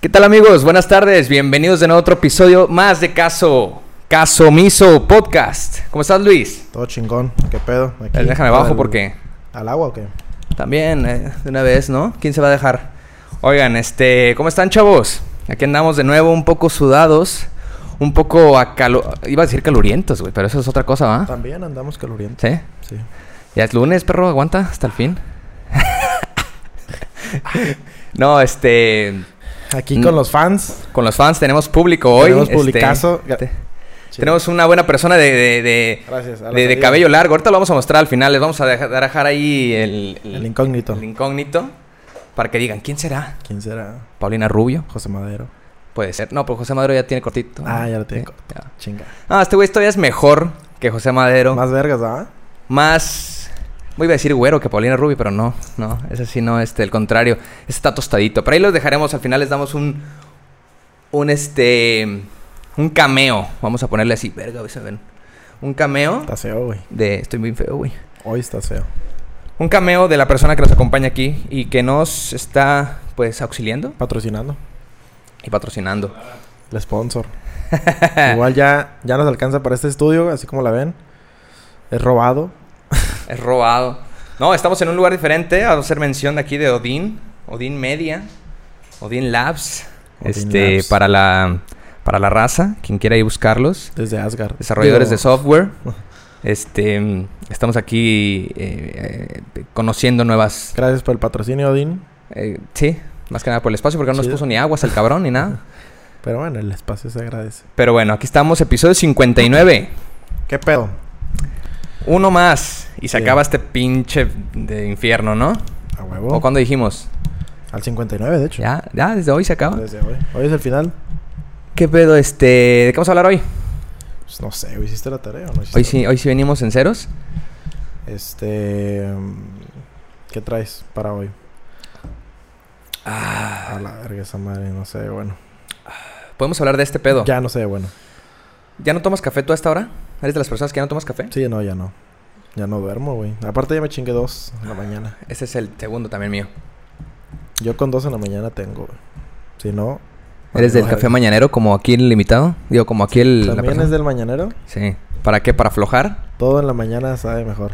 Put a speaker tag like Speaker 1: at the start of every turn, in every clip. Speaker 1: ¿Qué tal amigos? Buenas tardes, bienvenidos de nuevo a otro episodio más de Caso, Caso Miso Podcast. ¿Cómo estás Luis?
Speaker 2: Todo chingón, qué pedo. Aquí,
Speaker 1: Eh, Déjame
Speaker 2: al-
Speaker 1: abajo porque
Speaker 2: ¿Al agua o qué?
Speaker 1: también, eh, de una vez, ¿no? ¿Quién se va a dejar? Oigan, este, ¿cómo están chavos? Aquí andamos de nuevo un poco sudados, un poco acalo... Iba a decir calurientos, güey, pero eso es otra cosa, ¿va?
Speaker 2: También andamos calurientos.
Speaker 1: ¿Sí?
Speaker 2: Sí.
Speaker 1: Ya es lunes, perro, aguanta hasta el fin. no, este...
Speaker 2: Aquí
Speaker 1: Mm.
Speaker 2: con los fans.
Speaker 1: Con los fans tenemos público hoy.
Speaker 2: Tenemos
Speaker 1: este,
Speaker 2: publicazo. Gra-
Speaker 1: te-
Speaker 2: Sí.
Speaker 1: Tenemos una buena persona de, de, de-
Speaker 2: Gracias. a la
Speaker 1: de- de
Speaker 2: salida.
Speaker 1: cabello largo. Ahorita lo vamos a mostrar al final. Les vamos a dejar, dejar ahí el, el-
Speaker 2: El incógnito.
Speaker 1: el incógnito para que digan quién será.
Speaker 2: ¿Quién será?
Speaker 1: Paulina Rubio,
Speaker 2: José Madero.
Speaker 1: puede ser. No, pero José Madero ya tiene cortito.
Speaker 2: Ah, ya lo tengo.
Speaker 1: Sí, ya.
Speaker 2: Chinga.
Speaker 1: No, este güey todavía es mejor que José Madero. Más.
Speaker 2: Más vergas, ¿ah?
Speaker 1: Voy a decir güero que Paulina Rubio, pero no, no, ese sí no, este, el contrario. Este está tostadito. Pero ahí los dejaremos, al final les damos un, un este, un cameo. Vamos a ponerle así, verga, güey, se ven. Un cameo
Speaker 2: Estás feo, güey.
Speaker 1: de... Estoy muy feo, güey.
Speaker 2: Hoy estás feo.
Speaker 1: Un cameo de la persona que nos acompaña aquí y que nos está, pues, auxiliando
Speaker 2: Patrocinando.
Speaker 1: y patrocinando.
Speaker 2: El sponsor. Igual ya, ya nos alcanza para este estudio, así como la ven. Es robado.
Speaker 1: Es robado. No, estamos en un lugar diferente. Vamos a hacer mención de aquí de Odín. Odín Media. Odín Labs.
Speaker 2: Odin
Speaker 1: este,
Speaker 2: Labs.
Speaker 1: para la para la raza, quien quiera ir buscarlos.
Speaker 2: Desde Asgard.
Speaker 1: Desarrolladores
Speaker 2: Digo,
Speaker 1: de software. Este, mm, estamos aquí eh, eh, conociendo nuevas...
Speaker 2: Gracias por el patrocinio, Odín.
Speaker 1: eh, sí, más que nada por el espacio, porque no nos
Speaker 2: Chido.
Speaker 1: puso ni aguas el cabrón ni nada.
Speaker 2: Pero bueno, el espacio se agradece.
Speaker 1: Pero bueno, aquí estamos, episodio 59.
Speaker 2: ¿Qué pedo?
Speaker 1: Uno más. Y se
Speaker 2: Sí.
Speaker 1: acaba este pinche de infierno, ¿no?
Speaker 2: A
Speaker 1: ¿O
Speaker 2: huevo.
Speaker 1: cuando dijimos?
Speaker 2: Al 59, de hecho.
Speaker 1: Ya, ya, desde hoy se acaba.
Speaker 2: Desde hoy. Hoy es el final.
Speaker 1: ¿Qué pedo, este? ¿De qué vamos a hablar hoy?
Speaker 2: Pues no sé, güey, ¿hiciste la tarea o no hiciste?
Speaker 1: Hoy
Speaker 2: la
Speaker 1: sí, hoy sí venimos en ceros.
Speaker 2: tarea? Este. mm, ¿Qué traes para hoy?
Speaker 1: Ah.
Speaker 2: A la verga, esa madre, no sé, bueno.
Speaker 1: Podemos hablar de este pedo. Ya.
Speaker 2: Ya no sé, bueno.
Speaker 1: no tomas café tú a esta hora? ¿Eres de las personas que ya no tomas café?
Speaker 2: Sí, no, ya no. Ya no duermo, güey. Aparte, ya me chingué dos en la mañana.
Speaker 1: Ese es el segundo también mío.
Speaker 2: Yo con dos en la mañana tengo, güey. Si no.
Speaker 1: ¿Eres del
Speaker 2: vale,
Speaker 1: café
Speaker 2: vale.
Speaker 1: mañanero como aquí el limitado? Digo, como aquí el... la
Speaker 2: ¿También
Speaker 1: persona.
Speaker 2: es del mañanero?
Speaker 1: Sí. ¿Para qué? ¿Para aflojar?
Speaker 2: Todo en la mañana sabe mejor.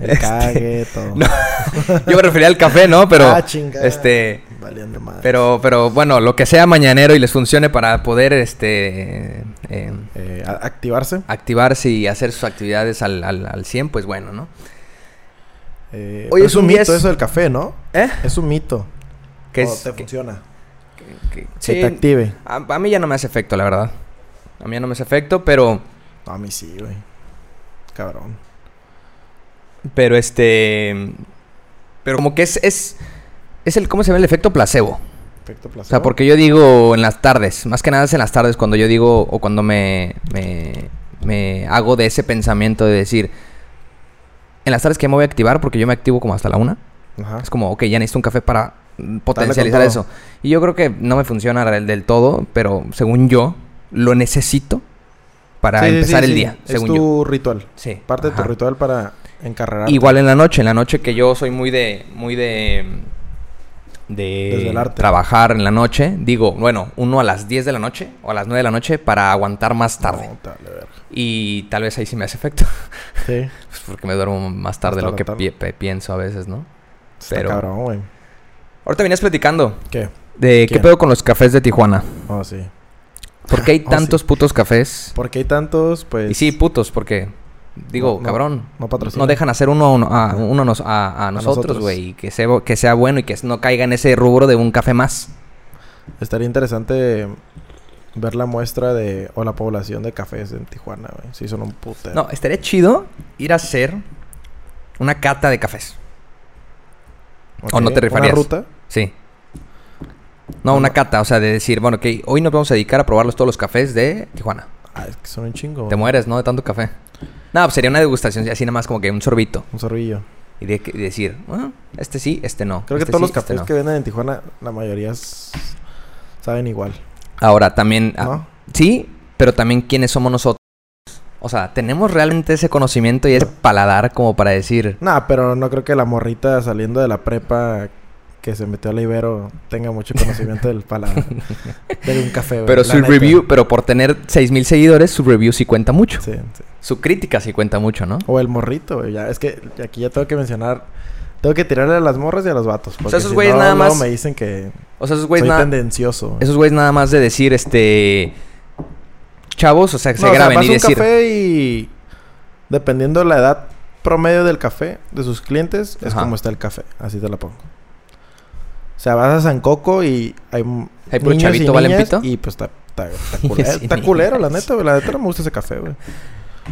Speaker 2: El
Speaker 1: Este,
Speaker 2: cague, todo.
Speaker 1: no, Yo me refería al café, ¿no? Pero...
Speaker 2: Ah, chingada.
Speaker 1: Este...
Speaker 2: Valiendo madre.
Speaker 1: Pero, pero bueno, lo que sea mañanero y les funcione para poder, este... eh,
Speaker 2: Eh, a- activarse.
Speaker 1: activarse y hacer sus actividades al, al, al 100, pues bueno, ¿no?
Speaker 2: Eh,
Speaker 1: Hoy
Speaker 2: pero
Speaker 1: es
Speaker 2: es
Speaker 1: un
Speaker 2: un
Speaker 1: día
Speaker 2: mito
Speaker 1: es-
Speaker 2: eso del café, ¿no?
Speaker 1: ¿Eh?
Speaker 2: Es un mito.
Speaker 1: Que
Speaker 2: O
Speaker 1: es...
Speaker 2: Oh, te
Speaker 1: que-
Speaker 2: funciona.
Speaker 1: que-
Speaker 2: Se
Speaker 1: sí,
Speaker 2: te active.
Speaker 1: A, a mí ya no me hace efecto, la verdad. A mí ya no me hace efecto, pero.
Speaker 2: No, a mí sí, güey. Cabrón.
Speaker 1: Pero este. Pero como que es. Es, es el. ¿Cómo se llama? El efecto placebo.
Speaker 2: Perfecto
Speaker 1: O sea, porque yo digo en las tardes. Más que nada es en las tardes cuando yo digo. O cuando me. Me, me hago de ese pensamiento de decir. En las tardes que me voy a activar, porque yo me activo como hasta la una.
Speaker 2: Ajá.
Speaker 1: Es como, ok, ya necesito un café para mm, potencializar
Speaker 2: todo.
Speaker 1: eso. Y yo creo que no me funciona del, del todo, pero según yo, lo necesito para
Speaker 2: Sí, sí,
Speaker 1: empezar
Speaker 2: sí,
Speaker 1: el
Speaker 2: sí.
Speaker 1: día,
Speaker 2: Es
Speaker 1: según yo.
Speaker 2: tu ritual.
Speaker 1: Sí.
Speaker 2: Parte de
Speaker 1: ajá.
Speaker 2: tu ritual para encarrerar.
Speaker 1: Igual en la noche, en la noche que yo soy muy de. Muy de. De
Speaker 2: Desvelarte.
Speaker 1: trabajar en la noche. Digo, bueno, uno a las 10 de la noche o a las 9 de la noche para aguantar más tarde.
Speaker 2: No, te vale verga.
Speaker 1: Y tal vez ahí sí me hace efecto.
Speaker 2: Sí.
Speaker 1: Pues porque me duermo más tarde de lo
Speaker 2: tarde,
Speaker 1: que
Speaker 2: tarde.
Speaker 1: pi- pe- pienso a veces, ¿no?
Speaker 2: Está
Speaker 1: Pero-
Speaker 2: cabrón, güey.
Speaker 1: Ahorita venías platicando
Speaker 2: ¿Qué?
Speaker 1: de qué
Speaker 2: ¿Quién?
Speaker 1: pedo con los cafés de Tijuana.
Speaker 2: Oh, sí.
Speaker 1: ¿Por qué hay
Speaker 2: Oh,
Speaker 1: tantos putos cafés?
Speaker 2: ¿Por qué hay tantos? Pues.
Speaker 1: Y sí, putos, porque... Digo,
Speaker 2: No, no,
Speaker 1: cabrón.
Speaker 2: no patrocinan.
Speaker 1: No dejan hacer uno a, uno- a-
Speaker 2: No.
Speaker 1: uno a nos- a- a nosotros,
Speaker 2: nosotros.
Speaker 1: güey. Y que sea, que sea bueno y que no caiga en ese rubro de un café más.
Speaker 2: Estaría interesante ver la muestra de. O la población de cafés en Tijuana, güey. Sí, son un putero.
Speaker 1: No, estaría chido ir a hacer una cata de cafés.
Speaker 2: Ok,
Speaker 1: ¿O no te rifarías?
Speaker 2: Una ruta.
Speaker 1: Sí. No, una cata. O sea, de decir, bueno, que hoy nos vamos a dedicar a probarlos todos los cafés de Tijuana.
Speaker 2: Ah, es que son un chingo.
Speaker 1: Te
Speaker 2: güey.
Speaker 1: mueres, ¿no? De tanto café. No, pues sería una degustación así nada más como que un sorbito.
Speaker 2: Un zorrillo.
Speaker 1: Y, de, y decir, "Ah, este sí, este no.
Speaker 2: Creo que
Speaker 1: este
Speaker 2: todos
Speaker 1: sí,
Speaker 2: los
Speaker 1: este
Speaker 2: cafés
Speaker 1: no".
Speaker 2: que venden en Tijuana, la mayoría s- saben igual.
Speaker 1: Ahora, también... ah,
Speaker 2: ¿No?
Speaker 1: Sí, pero también quiénes somos nosotros. O sea, ¿tenemos realmente ese conocimiento y ese paladar como para decir...
Speaker 2: Nah, pero no creo que la morrita saliendo de la prepa que se metió a la Ibero tenga mucho conocimiento del paladar de un café, güey,
Speaker 1: Pero
Speaker 2: la
Speaker 1: su
Speaker 2: neta.
Speaker 1: review, pero por tener 6000 seguidores, su review sí cuenta mucho.
Speaker 2: Sí, sí.
Speaker 1: Su crítica sí cuenta mucho, ¿no?
Speaker 2: O el morrito, güey. Ya, es que aquí ya tengo que mencionar. Tengo que tirarle a las morras y a los vatos. Porque
Speaker 1: esos
Speaker 2: si
Speaker 1: güeyes
Speaker 2: no,
Speaker 1: nada
Speaker 2: luego
Speaker 1: más-
Speaker 2: me dicen que
Speaker 1: O sea, esos güeyes
Speaker 2: soy
Speaker 1: nada.
Speaker 2: tendencioso. güey.
Speaker 1: Esos güeyes nada más de decir, este. Chavos, o sea, que se
Speaker 2: No, o sea,
Speaker 1: graben
Speaker 2: vas
Speaker 1: y
Speaker 2: a un
Speaker 1: decir.
Speaker 2: café y... Dependiendo la edad promedio del café, de sus clientes, es
Speaker 1: Ajá.
Speaker 2: como está el café. Así te la pongo. O sea, vas a San Coco y hay m-
Speaker 1: Hay puro
Speaker 2: niños y
Speaker 1: chavito, valen
Speaker 2: niñas
Speaker 1: pito.
Speaker 2: Y pues está... Está, está
Speaker 1: Niños
Speaker 2: culero,
Speaker 1: y
Speaker 2: está culero, la
Speaker 1: niñas.
Speaker 2: neta, güey. La neta no me gusta ese café, güey.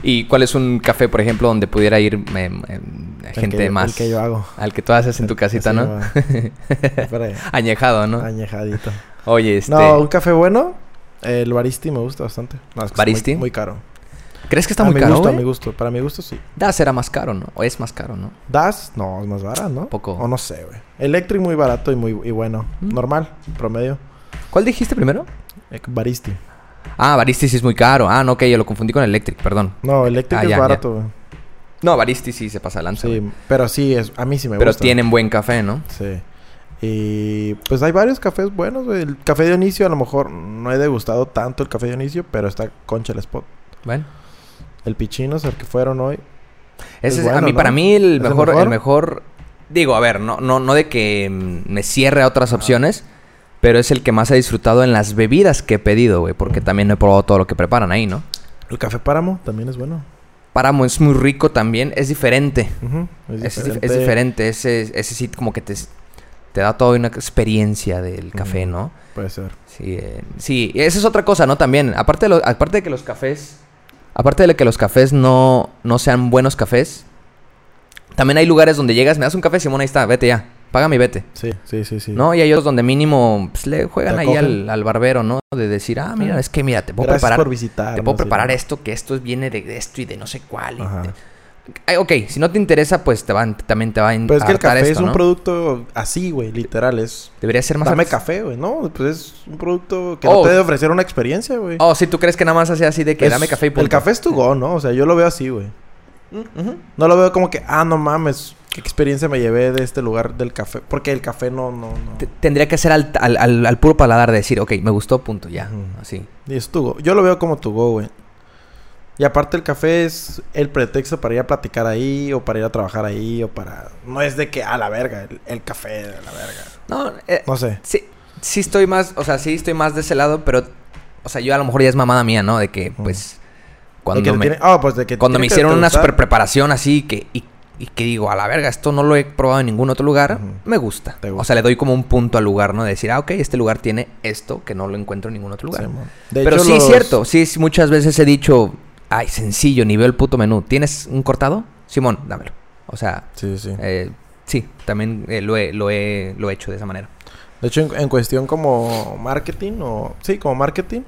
Speaker 1: ¿Y cuál es un café, por ejemplo, donde pudiera ir em, em,
Speaker 2: El
Speaker 1: gente
Speaker 2: que yo-
Speaker 1: más?
Speaker 2: El que yo hago.
Speaker 1: Al que tú haces en tu casita,
Speaker 2: Así
Speaker 1: ¿no?
Speaker 2: va. Para
Speaker 1: Añejado, ¿no?
Speaker 2: añejadito.
Speaker 1: Oye, este.
Speaker 2: No, un café bueno. El Baristi me gusta bastante. No, es que está
Speaker 1: ¿Baristi?
Speaker 2: Muy, muy caro.
Speaker 1: ¿Crees que está
Speaker 2: A
Speaker 1: muy
Speaker 2: mi
Speaker 1: caro?
Speaker 2: gusto, a
Speaker 1: güey?
Speaker 2: mi gusto. Para mi gusto, sí.
Speaker 1: Das era más caro, ¿no? O es más caro, ¿no?
Speaker 2: Das, no, es más barato, ¿no?
Speaker 1: Poco.
Speaker 2: O no sé, güey. Electric muy barato y muy y bueno.
Speaker 1: Mm.
Speaker 2: Normal, promedio.
Speaker 1: ¿Cuál dijiste primero?
Speaker 2: Eh, Baristi.
Speaker 1: Ah, Baristis es muy caro. Ah, no, ok, yo lo confundí con Electric, perdón.
Speaker 2: No, Electric
Speaker 1: Ah,
Speaker 2: es
Speaker 1: ya, ya.
Speaker 2: barato, güey.
Speaker 1: No, Baristis sí se pasa adelante.
Speaker 2: Sí, pero sí, es, a mí sí me
Speaker 1: Pero
Speaker 2: gusta.
Speaker 1: tienen buen café, ¿no?
Speaker 2: Sí. Y pues hay varios cafés buenos, güey. El café de Dionisio, a lo mejor no he degustado tanto el café de Dionisio, pero está concha el spot.
Speaker 1: Bueno.
Speaker 2: El Pichinos, al que fueron hoy. Es
Speaker 1: Ese es, a
Speaker 2: bueno,
Speaker 1: mí,
Speaker 2: ¿no?
Speaker 1: para mí, el
Speaker 2: ¿Es el
Speaker 1: mejor, el
Speaker 2: mejor?
Speaker 1: mejor. Digo, a ver, no, no, no de que mm, me cierre a otras opciones, pero es el que más he disfrutado en las bebidas que he pedido, güey. Porque también he probado todo lo que preparan ahí, ¿no?
Speaker 2: El café Páramo también es bueno.
Speaker 1: Páramo es muy rico también, es diferente.
Speaker 2: Ujú,
Speaker 1: Ese Es, dif- es diferente, ese, ese sí como que te, te da toda una experiencia del café,
Speaker 2: Ujú.
Speaker 1: ¿no?
Speaker 2: Puede ser.
Speaker 1: Sí, eh, sí, esa es otra cosa, ¿no? También, aparte de, lo- aparte de que los cafés, aparte de que los cafés no, no sean buenos cafés, también hay lugares donde llegas, me das un café, Simón, ahí está, vete ya, págame y vete.
Speaker 2: Sí, sí, sí, sí.
Speaker 1: ¿No? Y hay otros donde mínimo pues, le juegan
Speaker 2: Te
Speaker 1: ahí
Speaker 2: acogen.
Speaker 1: al, al barbero, ¿no? De decir, ah, mira,
Speaker 2: Ah.
Speaker 1: es que mira, te puedo
Speaker 2: Gracias
Speaker 1: preparar.
Speaker 2: por visitar.
Speaker 1: Te puedo
Speaker 2: ¿no? Sí,
Speaker 1: preparar este.
Speaker 2: ¿no?
Speaker 1: esto, que esto viene de esto y de no sé cuál. y
Speaker 2: Ajá.
Speaker 1: te- Ay, ok, si no te interesa, pues te van, también te va a in-
Speaker 2: Pero es que el
Speaker 1: hartar
Speaker 2: café es
Speaker 1: esto,
Speaker 2: un
Speaker 1: ¿no?
Speaker 2: producto así, güey, literal. Es.
Speaker 1: Debería ser más
Speaker 2: Dame
Speaker 1: artes-
Speaker 2: café, güey, ¿no? Pues es un producto que
Speaker 1: Oh.
Speaker 2: no te debe ofrecer una experiencia, güey.
Speaker 1: Oh, sí, tú crees que nada más hacía así de que
Speaker 2: Es-
Speaker 1: dame café y punto.
Speaker 2: El café Mm, es tu go, ¿no? O sea, yo lo veo así, güey.
Speaker 1: Ujú.
Speaker 2: No lo veo como que, ah, no mames, qué experiencia me llevé de este lugar del café. Porque el café no, no, no.
Speaker 1: T- Tendría que ser al, al, al- al puro paladar de decir, ok, me gustó, punto, ya.
Speaker 2: Ujú.
Speaker 1: Así.
Speaker 2: Y es tu go. Yo lo veo como tu go, güey. Y aparte el café es el pretexto para ir a platicar ahí o para ir a trabajar ahí o para... No es de que a la verga, el, el café de la verga.
Speaker 1: No, eh,
Speaker 2: No sé.
Speaker 1: sí, sí estoy más, o sea, sí estoy más de ese lado, pero, o sea, yo a lo mejor ya es mamada mía, ¿no? De que, pues,
Speaker 2: De que
Speaker 1: cuando
Speaker 2: te
Speaker 1: me,
Speaker 2: tiene- ah, pues de que te
Speaker 1: cuando
Speaker 2: tiene
Speaker 1: me
Speaker 2: que
Speaker 1: hicieron una
Speaker 2: gustar.
Speaker 1: super preparación así que, y, y que digo, a la verga, esto no lo he probado en ningún otro lugar,
Speaker 2: Ujú.
Speaker 1: me gusta.
Speaker 2: Te
Speaker 1: O
Speaker 2: gusta.
Speaker 1: sea, le doy como un punto al lugar, ¿no? De decir, ah, ok, este lugar tiene esto que no lo encuentro en ningún otro lugar.
Speaker 2: Sí, mon. De
Speaker 1: pero
Speaker 2: hecho,
Speaker 1: sí, es
Speaker 2: los-
Speaker 1: cierto, sí, sí, muchas veces he dicho, ay, sencillo, ni veo el puto menú. ¿Tienes un cortado? Simón, dámelo. O sea,
Speaker 2: Sí, sí.
Speaker 1: eh, sí, también eh, lo, he, lo, he, lo he hecho de esa manera.
Speaker 2: De hecho, en, en cuestión como marketing o... Sí, como marketing,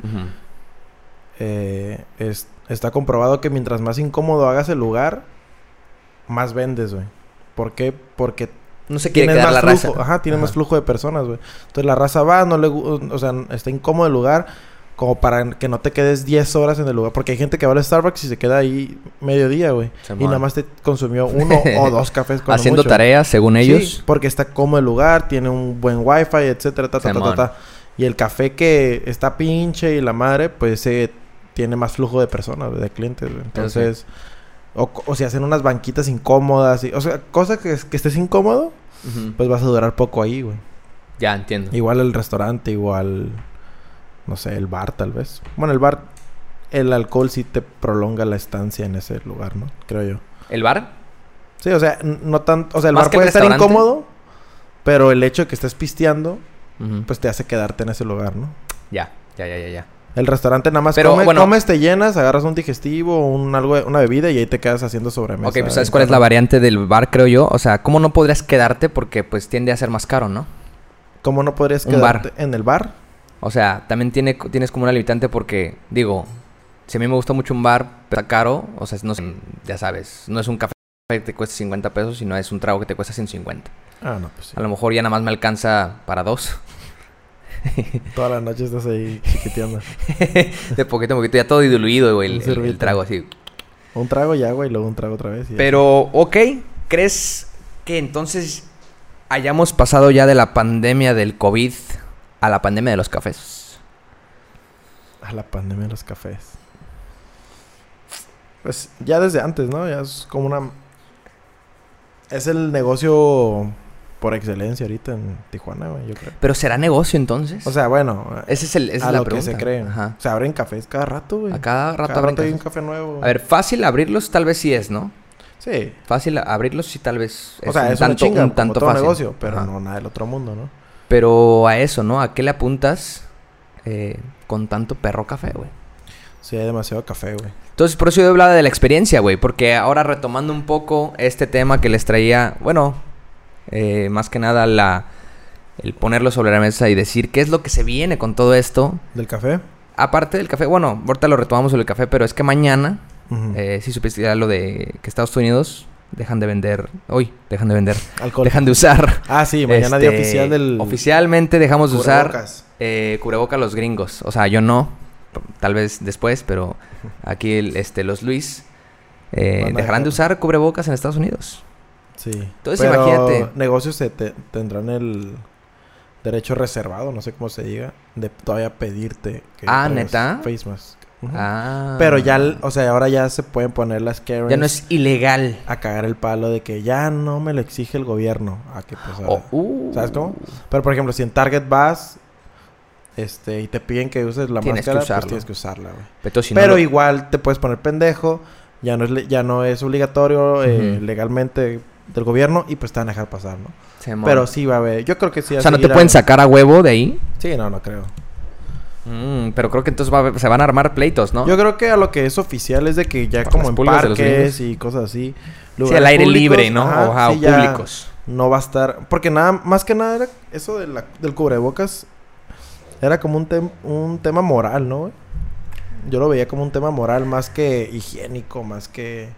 Speaker 2: eh, es- está comprobado que mientras más incómodo hagas el lugar, más vendes, güey. ¿Por qué? Porque
Speaker 1: No se quiere
Speaker 2: tienes
Speaker 1: quedar
Speaker 2: más
Speaker 1: la raza.
Speaker 2: flujo. Ajá, tienes más
Speaker 1: Ajá.
Speaker 2: flujo de personas, güey. Entonces la raza va, no le gu- o sea, está incómodo el lugar como para que no te quedes 10 horas en el lugar, porque hay gente que va al Starbucks y se queda ahí mediodía, güey.
Speaker 1: Simón.
Speaker 2: Y nada más te consumió uno o dos cafés cuando
Speaker 1: Haciendo
Speaker 2: mucho.
Speaker 1: tareas, según
Speaker 2: Sí,
Speaker 1: ellos.
Speaker 2: porque está cómodo el lugar, tiene un buen wifi, etcétera, ta, ta, ta, ta,
Speaker 1: Simón.
Speaker 2: ta. Y el café que está pinche y la madre, pues eh, tiene más flujo de personas, güey, de clientes, güey. Entonces, o, o si hacen unas banquitas incómodas, y, o sea, cosa que, que estés incómodo,
Speaker 1: Ujú.
Speaker 2: pues vas a durar poco ahí, güey.
Speaker 1: Ya, entiendo.
Speaker 2: Igual el restaurante, igual, no sé, el bar tal vez. Bueno, el bar, el alcohol sí te prolonga la estancia en ese lugar, ¿no? Creo yo.
Speaker 1: ¿El bar?
Speaker 2: Sí, o sea, n- no tan, o sea, el
Speaker 1: Más
Speaker 2: bar
Speaker 1: que el
Speaker 2: puede estar
Speaker 1: restaurante.
Speaker 2: incómodo, pero el hecho de que estés pisteando,
Speaker 1: Ujú.
Speaker 2: pues te hace quedarte en ese lugar, ¿no?
Speaker 1: Ya, ya, ya, ya, ya.
Speaker 2: El restaurante nada más
Speaker 1: Pero,
Speaker 2: come-
Speaker 1: bueno-
Speaker 2: comes, te llenas, agarras un digestivo, un algo, de- una bebida y ahí te quedas haciendo sobremesa.
Speaker 1: Ok, pues ¿sabes cuál es la variante del bar, creo yo? O sea, ¿cómo no podrías quedarte? Porque, pues, tiende a ser más caro, ¿no?
Speaker 2: ¿Cómo no podrías
Speaker 1: Un bar.
Speaker 2: quedarte en el bar?
Speaker 1: O sea, también tiene, tienes como una limitante porque, digo, si a mí me gusta mucho un bar, pero está caro, o sea, no, sé, ya sabes, no es un café que te cuesta 50 pesos, sino es un trago que te cuesta 150.
Speaker 2: Ah, no, pues sí.
Speaker 1: A lo mejor ya nada más me alcanza para dos.
Speaker 2: Toda la noche estás ahí chiquiteando.
Speaker 1: de poquito a poquito, ya todo diluido, güey, el,
Speaker 2: Un
Speaker 1: el- el
Speaker 2: sorbito.
Speaker 1: trago así.
Speaker 2: Un trago y agua y luego un trago otra vez. y ya.
Speaker 1: Pero, ok, ¿crees que entonces hayamos pasado ya de la pandemia del COVID a la pandemia de los cafés?
Speaker 2: A la pandemia de los cafés. Pues ya desde antes, ¿no? Ya es como una... Es el negocio por excelencia ahorita en Tijuana, güey, yo creo.
Speaker 1: ¿Pero será negocio entonces?
Speaker 2: O sea, bueno,
Speaker 1: Ese es el, esa
Speaker 2: a
Speaker 1: es la
Speaker 2: lo
Speaker 1: pregunta.
Speaker 2: que se cree.
Speaker 1: Ajá.
Speaker 2: Se abren cafés cada rato, güey.
Speaker 1: A cada rato
Speaker 2: Cada
Speaker 1: abren
Speaker 2: rato hay un
Speaker 1: cafés.
Speaker 2: café nuevo.
Speaker 1: A ver, fácil abrirlos tal vez sí es, ¿no?
Speaker 2: Sí.
Speaker 1: Fácil a- abrirlos sí tal vez
Speaker 2: o sea,
Speaker 1: un
Speaker 2: es una chinga,
Speaker 1: un
Speaker 2: como todo
Speaker 1: fácil.
Speaker 2: negocio, pero
Speaker 1: Ajá.
Speaker 2: no nada del otro mundo, ¿no?
Speaker 1: Pero a eso, ¿no? ¿A qué le apuntas eh, con tanto perro café, güey?
Speaker 2: Sí, hay demasiado café, güey.
Speaker 1: Entonces, por eso yo hablaba de la experiencia, güey. Porque ahora retomando un poco este tema que les traía, bueno, eh, más que nada la, el ponerlo sobre la mesa y decir qué es lo que se viene con todo esto.
Speaker 2: ¿Del café?
Speaker 1: Aparte del café, bueno, ahorita lo retomamos sobre el café, pero es que mañana,
Speaker 2: Ujú.
Speaker 1: eh, si supiste ya lo de que Estados Unidos dejan de vender, hoy dejan de vender,
Speaker 2: Alcohol.
Speaker 1: dejan de usar.
Speaker 2: Ah, sí, mañana día
Speaker 1: este,
Speaker 2: oficial del...
Speaker 1: Oficialmente dejamos de usar
Speaker 2: Cubrebocas.
Speaker 1: eh, cubreboca a los gringos. O sea, yo no. p- Tal vez después, pero aquí el- este, los Luis eh,
Speaker 2: Van a
Speaker 1: dejarán de
Speaker 2: dejar.
Speaker 1: usar cubrebocas en Estados Unidos.
Speaker 2: Sí.
Speaker 1: Entonces, imagínate.
Speaker 2: negocios se te- tendrán el derecho reservado, no sé cómo se diga, de todavía pedirte que
Speaker 1: Ah,
Speaker 2: traigas
Speaker 1: ¿neta?
Speaker 2: face mask. Ujú.
Speaker 1: Ah.
Speaker 2: Pero ya, el- o sea, ahora ya se pueden poner las Karens
Speaker 1: Ya no es ilegal.
Speaker 2: a cagar el palo de que ya no me lo exige el gobierno. Ah, que pues ahora-
Speaker 1: Oh, uh.
Speaker 2: ¿Sabes cómo? Pero por ejemplo, si en Target vas este y te piden que uses la
Speaker 1: Tienes que
Speaker 2: máscara, pues
Speaker 1: usarlo.
Speaker 2: tienes que usarla, güey.
Speaker 1: Entonces, si no
Speaker 2: Pero
Speaker 1: lo-
Speaker 2: igual te puedes poner pendejo, ya no es le- ya no es obligatorio eh,
Speaker 1: Ujú.
Speaker 2: legalmente del gobierno y pues te van a dejar pasar, ¿no?
Speaker 1: se mo-
Speaker 2: Pero sí va a haber. Yo creo que sí.
Speaker 1: o
Speaker 2: va a
Speaker 1: sea, no te
Speaker 2: seguir
Speaker 1: pueden
Speaker 2: a-
Speaker 1: sacar a huevo de ahí.
Speaker 2: Sí, no, no creo.
Speaker 1: Mm, pero creo que entonces va a haber- se van a armar pleitos, ¿no?
Speaker 2: Yo creo que a lo que es oficial es de que ya
Speaker 1: Por
Speaker 2: como
Speaker 1: las
Speaker 2: en
Speaker 1: pulgas de los
Speaker 2: parques y cosas
Speaker 1: sí,
Speaker 2: así. lugares
Speaker 1: al aire
Speaker 2: públicos,
Speaker 1: libre, ¿no?
Speaker 2: ajá,
Speaker 1: Ajá,
Speaker 2: sí,
Speaker 1: o
Speaker 2: ya
Speaker 1: públicos.
Speaker 2: No va a estar. Porque nada, más que nada era eso de la- del cubrebocas. Era como un, tem- un tema moral, ¿no? güey? Yo lo veía como un tema moral más que higiénico, más que.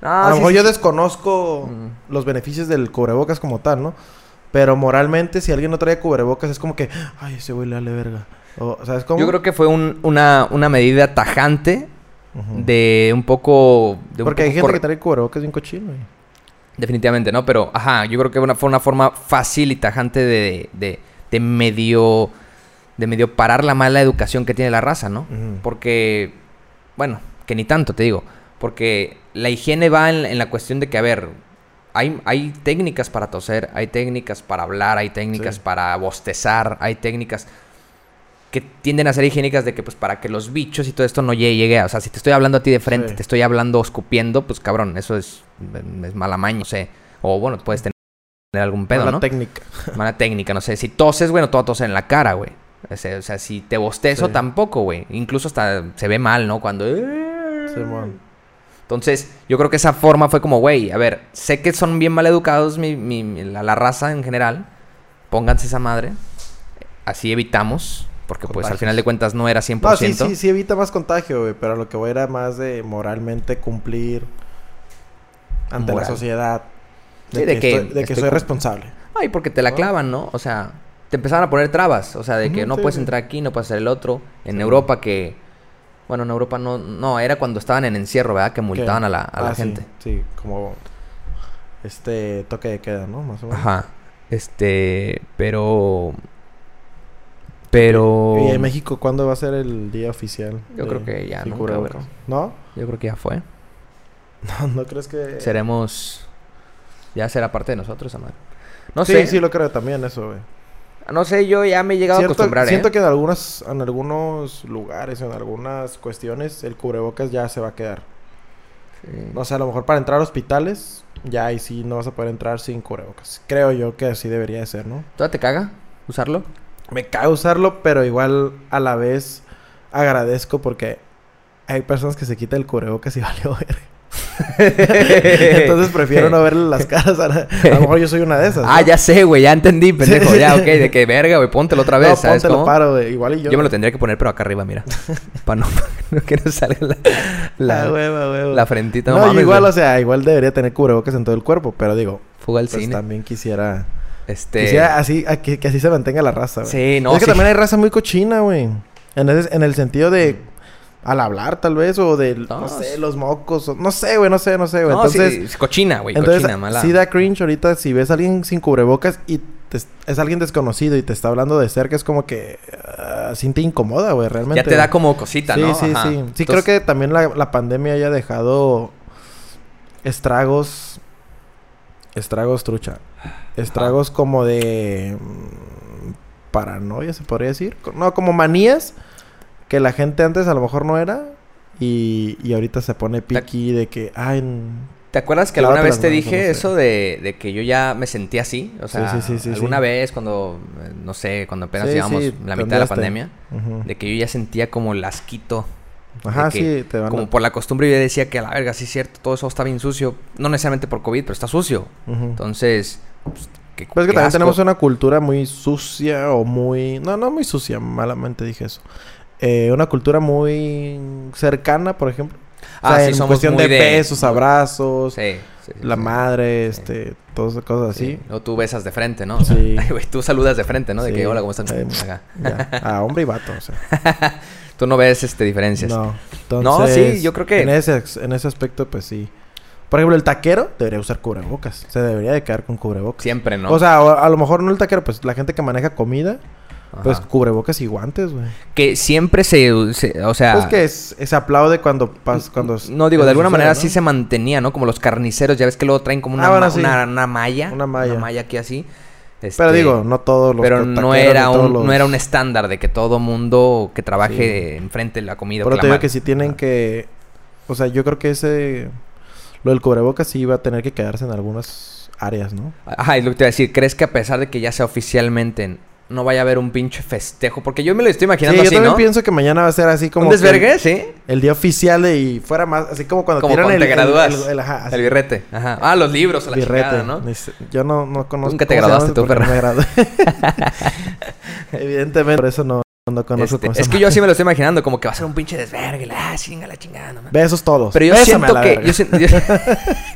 Speaker 1: Ah,
Speaker 2: a lo
Speaker 1: sí,
Speaker 2: mejor
Speaker 1: sí,
Speaker 2: yo
Speaker 1: sí.
Speaker 2: desconozco
Speaker 1: Mm.
Speaker 2: los beneficios del cubrebocas como tal, ¿no? Pero moralmente, si alguien no trae cubrebocas, es como que, ay, ese güey le vale verga. O, ¿Sabes cómo?
Speaker 1: Yo creo que fue un- una, una medida tajante
Speaker 2: Ujú.
Speaker 1: de un poco... De un
Speaker 2: Porque hay
Speaker 1: poco
Speaker 2: gente
Speaker 1: corre-
Speaker 2: que trae cubrebocas bien cochino, güey.
Speaker 1: Definitivamente, ¿no? Pero, ajá, yo creo que una, fue una forma fácil y tajante de, de, de medio... De medio parar la mala educación que tiene la raza, ¿no?
Speaker 2: Ujú.
Speaker 1: Porque, bueno, que ni tanto, te digo. Porque la higiene va en, en la cuestión de que, a ver, hay, hay técnicas para toser, hay técnicas para hablar, hay técnicas
Speaker 2: Sí.
Speaker 1: para bostezar, hay técnicas que tienden a ser higiénicas de que, pues, para que los bichos y todo esto no llegue, llegue a- O sea, si te estoy hablando a ti de frente,
Speaker 2: Sí.
Speaker 1: te estoy hablando escupiendo, pues, cabrón, eso es, es mala maña, no sé. O, bueno, puedes tener algún pedo,
Speaker 2: Mala
Speaker 1: ¿no?
Speaker 2: técnica.
Speaker 1: Mala técnica, no sé. Si toses, güey, no te va a toser en la cara, güey. O sea, o sea, si te bostezo,
Speaker 2: Sí.
Speaker 1: tampoco, güey. Incluso hasta se ve mal, ¿no? Cuando... eh. Mm,
Speaker 2: Simón.
Speaker 1: Entonces, yo creo que esa forma fue como, güey, a ver, sé que son bien mal educados mi, mi- mi- la, la raza en general. Pónganse esa madre. Así evitamos. Porque, pues, al
Speaker 2: Contagios.
Speaker 1: final de cuentas no era 100%.
Speaker 2: No, sí, sí, sí evita más contagio, güey. Pero lo que voy era más de moralmente cumplir ante
Speaker 1: Moral.
Speaker 2: la sociedad.
Speaker 1: Sí,
Speaker 2: De que,
Speaker 1: de que
Speaker 2: estoy, de que
Speaker 1: estoy
Speaker 2: soy
Speaker 1: cum-
Speaker 2: responsable.
Speaker 1: Ay, Ah, porque te la clavan, ¿no? O sea, te empezaban a poner trabas. O sea, de que
Speaker 2: Ah. Ujú,
Speaker 1: no
Speaker 2: sí,
Speaker 1: puedes
Speaker 2: sí.
Speaker 1: entrar aquí, no puedes hacer el otro. En Europa que... Bueno, en Europa no... No, era cuando estaban en encierro, ¿verdad? Que multaban
Speaker 2: Que-
Speaker 1: a la, a la
Speaker 2: Ah, sí,
Speaker 1: gente.
Speaker 2: Sí, como este toque de queda, ¿no? Más o menos.
Speaker 1: Ajá. Este... Pero... Pero...
Speaker 2: Y en México, ¿cuándo va a ser el día oficial?
Speaker 1: Yo
Speaker 2: de-
Speaker 1: creo que ya
Speaker 2: sin
Speaker 1: nunca, güey.
Speaker 2: cubrebocas? ¿No?
Speaker 1: Yo creo que ya fue.
Speaker 2: ¿No? ¿No crees que...?
Speaker 1: Seremos... Ya será parte de nosotros, Amar. No
Speaker 2: sí,
Speaker 1: sé.
Speaker 2: sí lo creo también eso, güey.
Speaker 1: No sé, yo ya me he llegado a
Speaker 2: Cierto-
Speaker 1: acostumbrar, ¿eh?
Speaker 2: Siento que en algunas, en algunos lugares, en algunas cuestiones, el cubrebocas ya se va a quedar.
Speaker 1: Sí.
Speaker 2: O sea, a lo mejor para entrar a hospitales, ya ahí sí no vas a poder entrar sin cubrebocas. Creo yo que así debería de ser, ¿no?
Speaker 1: ¿Todavía te caga usarlo?
Speaker 2: Me cae usarlo, pero igual a la vez agradezco porque hay personas que se quitan el cubrebocas y vale ver. Entonces prefiero no verle las caras. A, la- a lo mejor yo soy una de esas.
Speaker 1: Ah,
Speaker 2: ¿no?
Speaker 1: ya sé, güey, ya entendí, pendejo.
Speaker 2: Sí.
Speaker 1: Ya, ok, de que verga, güey, póntelo otra vez,
Speaker 2: No,
Speaker 1: ¿sabes
Speaker 2: póntelo
Speaker 1: cómo?
Speaker 2: paro, güey. Igual y yo.
Speaker 1: yo me lo tendría que poner, pero acá arriba, mira. Para no, para que no salga la, la,
Speaker 2: La hueva, hueva.
Speaker 1: la frentita.
Speaker 2: Ah, No,
Speaker 1: No,
Speaker 2: yo
Speaker 1: mames,
Speaker 2: igual,
Speaker 1: güey.
Speaker 2: o sea, igual debería tener cubrebocas en todo el cuerpo, pero digo,
Speaker 1: Fuga al
Speaker 2: pues
Speaker 1: cine.
Speaker 2: también quisiera.
Speaker 1: Este...
Speaker 2: Quisiera así, a que, que así se mantenga la raza, güey.
Speaker 1: Sí, no,
Speaker 2: Es que
Speaker 1: sí.
Speaker 2: también hay raza muy cochina, güey. En, ese- en el sentido de al hablar, tal vez, o de, no,
Speaker 1: No,
Speaker 2: sé,
Speaker 1: es-
Speaker 2: los mocos, o- no sé, güey, no sé, no sé, güey.
Speaker 1: No,
Speaker 2: entonces,
Speaker 1: sí, es cochina, güey.
Speaker 2: entonces
Speaker 1: Cochina, mala.
Speaker 2: sí da cringe ahorita si ves a alguien sin cubrebocas y te- es alguien desconocido y te está hablando de cerca, es como que ah, sí te incomoda, güey, realmente.
Speaker 1: ya te da como cosita,
Speaker 2: Sí,
Speaker 1: ¿no?
Speaker 2: sí,
Speaker 1: Ajá.
Speaker 2: sí. Sí,
Speaker 1: Entonces,
Speaker 2: creo que también la, la pandemia haya dejado estragos. Estragos, trucha.
Speaker 1: Ah.
Speaker 2: Estragos como de. mm, paranoia, se podría decir. Co- No, como manías que la gente antes a lo mejor no era. Y, y ahorita se pone piqui de que. Ay, n-
Speaker 1: ¿Te acuerdas que
Speaker 2: Lávate
Speaker 1: alguna vez
Speaker 2: las
Speaker 1: te
Speaker 2: manos, no
Speaker 1: dije
Speaker 2: sé.
Speaker 1: eso de, de que yo ya me sentía así? O sea,
Speaker 2: Sí, sí, sí, sí,
Speaker 1: alguna
Speaker 2: sí.
Speaker 1: vez cuando, eh, no sé, cuando apenas
Speaker 2: Sí,
Speaker 1: llevamos
Speaker 2: sí,
Speaker 1: la mitad de la
Speaker 2: tendrías te-
Speaker 1: pandemia,
Speaker 2: ujú.
Speaker 1: de que yo ya sentía como lasquito. de
Speaker 2: Ajá,
Speaker 1: que
Speaker 2: sí, te van a-
Speaker 1: Como por la costumbre yo decía que a la verga, sí es cierto, todo eso está bien sucio. No necesariamente por COVID, pero está sucio.
Speaker 2: Ujú.
Speaker 1: Entonces, pues, qué
Speaker 2: Pues es que
Speaker 1: qué
Speaker 2: también
Speaker 1: asco.
Speaker 2: tenemos una cultura muy sucia o muy... No, no muy sucia, malamente dije eso. Eh, una cultura muy cercana, por ejemplo.
Speaker 1: Ah, sí,
Speaker 2: en
Speaker 1: somos
Speaker 2: cuestión
Speaker 1: muy
Speaker 2: de,
Speaker 1: de-
Speaker 2: besos, abrazos,
Speaker 1: Sí, sí, sí,
Speaker 2: la
Speaker 1: sí.
Speaker 2: madre,
Speaker 1: Sí.
Speaker 2: este, todas esas cosas así.
Speaker 1: Sí. O tú besas de frente, ¿no? O sea,
Speaker 2: Sí.
Speaker 1: ay, güey, tú saludas de frente, ¿no? De
Speaker 2: Sí.
Speaker 1: que hola, ¿cómo están?
Speaker 2: Eh,
Speaker 1: Acá.
Speaker 2: ya. A hombre y vato, o sea.
Speaker 1: Tú no ves este diferencias.
Speaker 2: No.
Speaker 1: No, sí, yo creo que-
Speaker 2: En ese, ex- en ese aspecto, pues sí. Por ejemplo, el taquero debería usar cubrebocas. Se debería de quedar con cubrebocas.
Speaker 1: Siempre, ¿no?
Speaker 2: O sea, o- a lo mejor no el taquero, pues la gente que maneja comida,
Speaker 1: Ajá.
Speaker 2: pues cubrebocas y guantes, güey.
Speaker 1: que siempre se, se- o sea,
Speaker 2: Pues que pues, es, se aplaude cuando pas, cuando
Speaker 1: Ah. no digo,
Speaker 2: cuando
Speaker 1: de alguna
Speaker 2: sucede,
Speaker 1: manera
Speaker 2: ¿no?
Speaker 1: sí se mantenía, ¿no? Como los carniceros, ya ves que luego traen como una,
Speaker 2: Ah, bueno,
Speaker 1: ma-
Speaker 2: sí.
Speaker 1: una, una malla,
Speaker 2: Una malla.
Speaker 1: aquí así. Este,
Speaker 2: Pero digo, no todos los
Speaker 1: pero
Speaker 2: ta-
Speaker 1: no
Speaker 2: taqueros,
Speaker 1: era
Speaker 2: ni todos
Speaker 1: un
Speaker 2: los-
Speaker 1: no era un estándar de que todo mundo que trabaje enfrente de la comida. o
Speaker 2: Pero
Speaker 1: que
Speaker 2: te
Speaker 1: la
Speaker 2: digo
Speaker 1: mar-
Speaker 2: que sí tienen que o sea, yo creo que ese lo del cubrebocas sí iba a tener que quedarse en algunas áreas, ¿no?
Speaker 1: Ajá, es lo que te iba a decir. ¿Crees que a pesar de que ya sea oficialmente no vaya a haber un pinche festejo? Porque yo me lo estoy
Speaker 2: Sí,
Speaker 1: imaginando
Speaker 2: yo
Speaker 1: así,
Speaker 2: también
Speaker 1: ¿no?
Speaker 2: pienso que mañana va a ser así como
Speaker 1: ¿Un
Speaker 2: que
Speaker 1: desvergue? Sí.
Speaker 2: El, el día oficial de- y fuera más así como cuando
Speaker 1: Como
Speaker 2: tiran
Speaker 1: cuando te
Speaker 2: el, el-
Speaker 1: gradúas.
Speaker 2: el- el- ajá, así,
Speaker 1: El birrete. Ajá. Ah, los libros, a la
Speaker 2: birrete.
Speaker 1: chingada, ¿no?
Speaker 2: Ni se- Yo no no conozco
Speaker 1: Nunca te
Speaker 2: cómo se llama,
Speaker 1: graduaste tú,
Speaker 2: porque no
Speaker 1: perro.
Speaker 2: me gradué. Evidentemente, por eso no no conozco
Speaker 1: Este,
Speaker 2: cómo se
Speaker 1: es
Speaker 2: llama.
Speaker 1: que yo así me lo estoy imaginando, como que va a ser un pinche desvergue, la ah, chinga la chingada, no mames.
Speaker 2: Besos todos.
Speaker 1: Pero yo
Speaker 2: Bésame a
Speaker 1: siento
Speaker 2: la
Speaker 1: que.
Speaker 2: verga.
Speaker 1: yo sien- yo-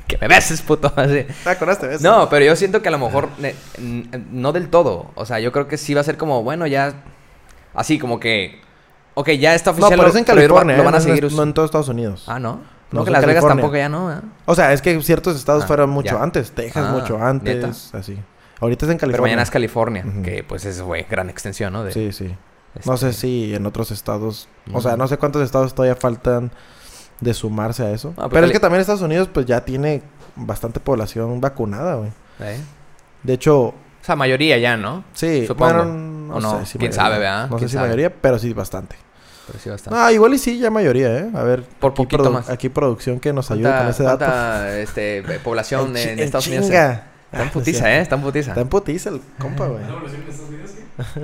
Speaker 1: que me beses, puto. así.
Speaker 2: ¿Te acordaste de eso?
Speaker 1: No, pero yo siento que a lo
Speaker 2: Ah.
Speaker 1: mejor. ne- n- no del todo. O sea, yo creo que sí va a ser como, bueno, ya. Así, como que. Ok, ya está
Speaker 2: No,
Speaker 1: oficial.
Speaker 2: pero es en
Speaker 1: pero yo-
Speaker 2: California.
Speaker 1: Lo
Speaker 2: ¿eh?
Speaker 1: van a
Speaker 2: No en-
Speaker 1: seguir
Speaker 2: no,
Speaker 1: usando.
Speaker 2: en todos Estados Unidos.
Speaker 1: Ah, ¿no? No,
Speaker 2: No,
Speaker 1: que
Speaker 2: en
Speaker 1: Las Vegas
Speaker 2: California.
Speaker 1: tampoco ya no. ¿eh?
Speaker 2: O sea, es que ciertos estados
Speaker 1: Ah,
Speaker 2: fueron mucho
Speaker 1: ya.
Speaker 2: antes. Texas
Speaker 1: Ah,
Speaker 2: mucho antes.
Speaker 1: ¿neta?
Speaker 2: Así. Ahorita es en California.
Speaker 1: Pero mañana es California,
Speaker 2: Ujú.
Speaker 1: que pues es, güey, gran extensión, ¿no? De-
Speaker 2: Sí, sí. No
Speaker 1: este, Mm.
Speaker 2: sé si en otros estados. O
Speaker 1: Ujú.
Speaker 2: sea, no sé cuántos estados todavía faltan de sumarse a eso.
Speaker 1: Ah,
Speaker 2: pero
Speaker 1: pero
Speaker 2: es
Speaker 1: Cali-
Speaker 2: que también Estados Unidos, pues ya tiene bastante población vacunada, güey.
Speaker 1: ¿eh?
Speaker 2: De hecho,
Speaker 1: O sea, mayoría ya, ¿no?
Speaker 2: sí.
Speaker 1: Supongo.
Speaker 2: bueno, no,
Speaker 1: ¿O no?
Speaker 2: sé si
Speaker 1: ¿Quién
Speaker 2: mayoría.
Speaker 1: sabe, verdad?
Speaker 2: No sé
Speaker 1: ¿Quién
Speaker 2: si
Speaker 1: sabe?
Speaker 2: mayoría, pero sí bastante.
Speaker 1: Pero sí va a estar.
Speaker 2: Ah, igual y sí, ya mayoría, ¿eh? A ver.
Speaker 1: Por
Speaker 2: aquí
Speaker 1: poquito
Speaker 2: produ-
Speaker 1: más.
Speaker 2: Aquí producción que nos ayude pues, con
Speaker 1: ¿Cuánta,
Speaker 2: ese dato.
Speaker 1: cuánta, este, eh, población
Speaker 2: El
Speaker 1: en,
Speaker 2: chi- el
Speaker 1: Estados Unidos? eh?
Speaker 2: chinga.
Speaker 1: Está
Speaker 2: Ah,
Speaker 1: en
Speaker 2: no es cierto.
Speaker 1: putiza, ¿eh? Está en putiza.
Speaker 2: Está en putiza el compa, güey.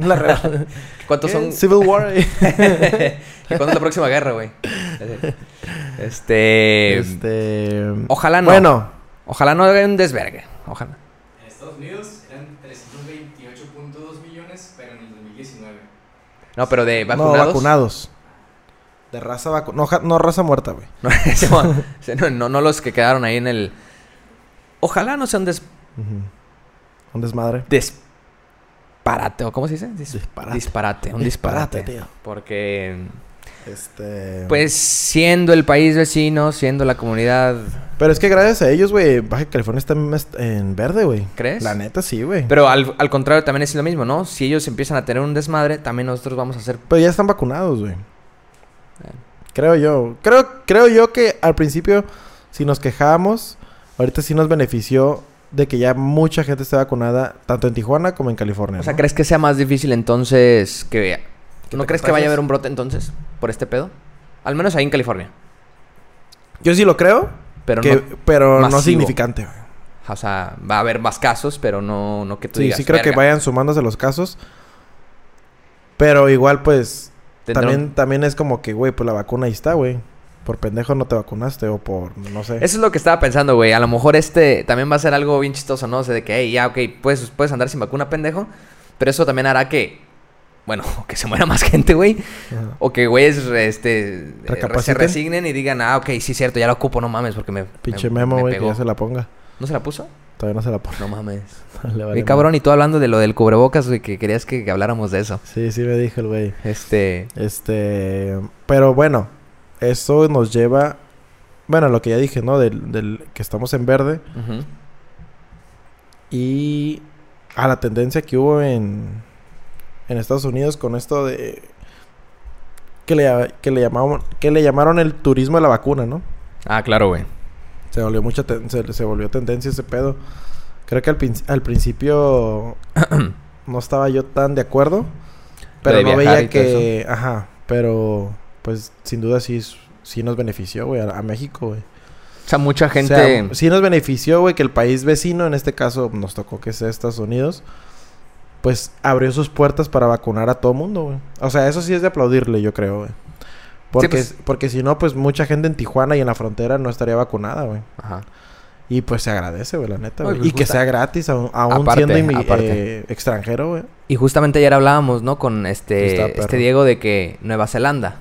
Speaker 2: La revolución
Speaker 1: ¿Cuántos son?
Speaker 2: Civil War.
Speaker 1: Eh, ¿Y cuándo es la próxima guerra, güey? Este...
Speaker 2: este...
Speaker 1: Ojalá no.
Speaker 2: Bueno.
Speaker 1: Ojalá no haga un desvergue. Ojalá.
Speaker 3: En Estados Unidos eran 328.2 millones, pero en el 2019.
Speaker 1: No, pero de
Speaker 2: No,
Speaker 1: vacunados.
Speaker 2: vacunados. De raza vacunada. No, ja- no, raza muerta, güey.
Speaker 1: No, ese mon- ese no, no- no los que quedaron ahí en el... Ojalá no sea un des-
Speaker 2: Ujú. Un desmadre.
Speaker 1: disparate. ¿O cómo se dice? Dis-
Speaker 2: Disparate.
Speaker 1: Disparate. Un disparate.
Speaker 2: tío.
Speaker 1: Porque...
Speaker 2: Este...
Speaker 1: Pues siendo el país vecino, siendo la comunidad...
Speaker 2: Pero es que gracias a ellos, güey, Baja California está en est- en verde, güey.
Speaker 1: ¿Crees?
Speaker 2: La neta, sí, güey. Pero...
Speaker 1: Pero al, al contrario también es lo mismo, ¿no? Si ellos empiezan a tener un desmadre, también nosotros vamos a hacer...
Speaker 2: ya están vacunados, güey. Creo yo. Creo, creo yo que al principio, si nos quejábamos, ahorita sí nos benefició de que ya mucha gente esté vacunada, tanto en Tijuana como en California.
Speaker 1: O sea,
Speaker 2: ¿no?
Speaker 1: ¿crees que sea más difícil entonces que... ¿No crees que vaya
Speaker 2: contagies?
Speaker 1: a haber un brote entonces por este pedo? Al menos ahí en California.
Speaker 2: Yo sí lo creo,
Speaker 1: Pero
Speaker 2: que-
Speaker 1: no...
Speaker 2: pero no
Speaker 1: masivo.
Speaker 2: significante. güey.
Speaker 1: O sea, va a haber más casos, pero no, no que tú
Speaker 2: Sí,
Speaker 1: digas...
Speaker 2: sí creo que
Speaker 1: "Verga,
Speaker 2: vayan sumándose los casos. Pero igual, pues,
Speaker 1: tendrá un-
Speaker 2: también, también es como que, güey, pues la vacuna ahí está, güey. Por pendejo no te vacunaste o por, no sé.
Speaker 1: Eso es lo que estaba pensando, güey. A lo mejor este también va a ser algo bien chistoso, ¿no? O sea, de que, hey, ya, ok, puedes, puedes andar sin vacuna, pendejo. Pero eso también hará que, bueno, que se muera más gente, güey.
Speaker 2: Ajá.
Speaker 1: O que, güeyes, re- este, eh, se
Speaker 2: Recapaciten.
Speaker 1: resignen y digan, ah, ok, sí, cierto, ya lo ocupo, no mames, porque me.
Speaker 2: Pinche
Speaker 1: me-
Speaker 2: memo,
Speaker 1: me
Speaker 2: güey, que
Speaker 1: pegó".
Speaker 2: ya se la ponga.
Speaker 1: ¿No se la puso?
Speaker 2: Todavía no se la pone.
Speaker 1: No mames.
Speaker 2: Le vale
Speaker 1: Mi cabrón, y tú hablando de lo del cubrebocas, güey, que querías que, que habláramos de eso.
Speaker 2: madre. Sí, sí me dijo el güey.
Speaker 1: Este.
Speaker 2: Este, pero bueno, eso nos lleva, bueno, lo que ya dije, ¿no? Del, del que estamos en verde
Speaker 1: Ujú.
Speaker 2: y a la tendencia que hubo en, en Estados Unidos con esto de que le, lla- que le llamaron que le llamaron el turismo de la vacuna, ¿no?
Speaker 1: Ah, claro, güey.
Speaker 2: Se volvió mucha ten- se, se volvió tendencia ese pedo. Creo que al, prin- al principio no estaba yo tan de acuerdo, pero
Speaker 1: de
Speaker 2: no
Speaker 1: viajar
Speaker 2: veía
Speaker 1: y todo
Speaker 2: que, ajá, pero pues sin duda sí es- sí nos benefició, güey, a, a México, güey.
Speaker 1: O sea, mucha gente...
Speaker 2: O sea, sí nos benefició, güey, que el país vecino, en este caso nos tocó que sea Estados Unidos, pues abrió sus puertas para vacunar a todo mundo, güey. O sea, eso sí es de aplaudirle, yo creo, güey. Porque,
Speaker 1: pues-
Speaker 2: porque si no, pues mucha gente en Tijuana y en la frontera no estaría vacunada, güey.
Speaker 1: Ajá.
Speaker 2: Y pues se agradece, güey, la neta,
Speaker 1: Ay,
Speaker 2: güey.
Speaker 1: pues,
Speaker 2: y que
Speaker 1: justa-
Speaker 2: sea gratis, aún, aún
Speaker 1: Aparte,
Speaker 2: siendo inmi-
Speaker 1: aparte.
Speaker 2: eh, extranjero, güey.
Speaker 1: Y justamente ayer hablábamos, ¿no? Con
Speaker 2: Sí, está,
Speaker 1: este,
Speaker 2: perro.
Speaker 1: este Diego de que Nueva Zelanda,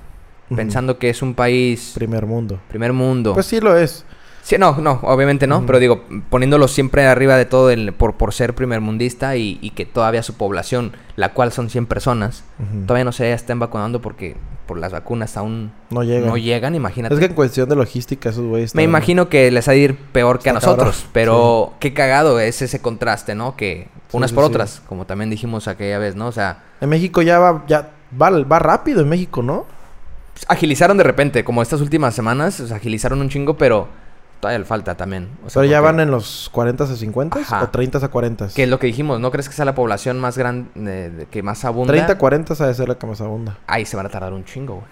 Speaker 2: Ujú.
Speaker 1: pensando que es un país
Speaker 2: Primer mundo.
Speaker 1: primer mundo.
Speaker 2: Pues sí lo es.
Speaker 1: Sí, no, no, obviamente no,
Speaker 2: Ujú.
Speaker 1: pero digo, poniéndolo siempre arriba de todo el- por, por ser primermundista y, y que todavía su población, la cual son 100 personas,
Speaker 2: Ujú.
Speaker 1: todavía no se estén vacunando porque por las vacunas aún
Speaker 2: No llega.
Speaker 1: no llegan, imagínate.
Speaker 2: Es que en cuestión de logística esos güeyes...
Speaker 1: Me
Speaker 2: están-
Speaker 1: imagino que les ha de ir peor que a
Speaker 2: Está cabrón.
Speaker 1: nosotros, pero qué cagado es ese contraste, ¿no? Que unas
Speaker 2: sí,
Speaker 1: por
Speaker 2: sí.
Speaker 1: otras, como también dijimos aquella vez, ¿no? O sea,
Speaker 2: En México ya va, ya va, va rápido en México, ¿no?
Speaker 1: agilizaron de repente, como estas últimas semanas, o sea, agilizaron un chingo, pero todavía le falta también. O sea,
Speaker 2: Pero ya
Speaker 1: porque-
Speaker 2: van en los 40 a 50
Speaker 1: Ajá.
Speaker 2: o 30 a 40.
Speaker 1: Que es lo que dijimos, ¿no crees que sea la población más grande, que más abunda?
Speaker 2: 30 a 40 ha de ser la que más abunda.
Speaker 1: Ahí se van a tardar un chingo, güey.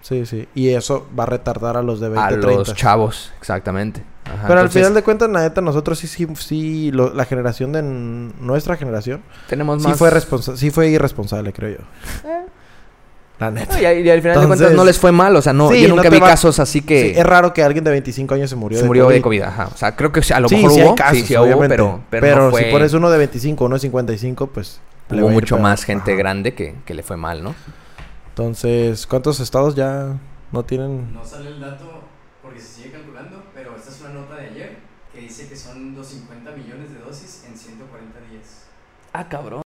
Speaker 2: Sí, sí. Y eso va a retardar a los de 20
Speaker 1: A
Speaker 2: 30.
Speaker 1: los chavos, exactamente. Ajá,
Speaker 2: Pero al
Speaker 1: entonces,
Speaker 2: final de cuentas, la neta, nosotros sí, sí, sí, lo- la generación de n- nuestra generación,
Speaker 1: tenemos más... Eh.
Speaker 2: sí fue, responsa- sí fue irresponsable, creo yo. La neta.
Speaker 1: No, y, y al final de cuentas
Speaker 2: Entonces-
Speaker 1: no les fue mal, o sea, no,
Speaker 2: Sí,
Speaker 1: yo
Speaker 2: no
Speaker 1: nunca
Speaker 2: te
Speaker 1: vi
Speaker 2: va-
Speaker 1: casos así que...
Speaker 2: Sí, es raro que alguien de 25 años se murió
Speaker 1: se murió de COVID, ajá. O sea, creo que sí, a lo
Speaker 2: sí,
Speaker 1: mejor
Speaker 2: sí
Speaker 1: hubo,
Speaker 2: hay casos,
Speaker 1: sí, sí hubo,
Speaker 2: obviamente.
Speaker 1: pero, pero, no fue,
Speaker 2: si pones uno de 25, uno de 55, pues... le
Speaker 1: hubo
Speaker 2: va a ir
Speaker 1: mucho
Speaker 2: peor.
Speaker 1: más gente
Speaker 2: Ajá.
Speaker 1: grande que, que le fue mal, ¿no?
Speaker 2: Entonces, ¿cuántos estados ya no tienen...?
Speaker 3: No sale el dato porque se sigue calculando, pero esta es una nota de ayer que dice que son 250 millones de dosis en 140 días.
Speaker 1: Ah, cabrón.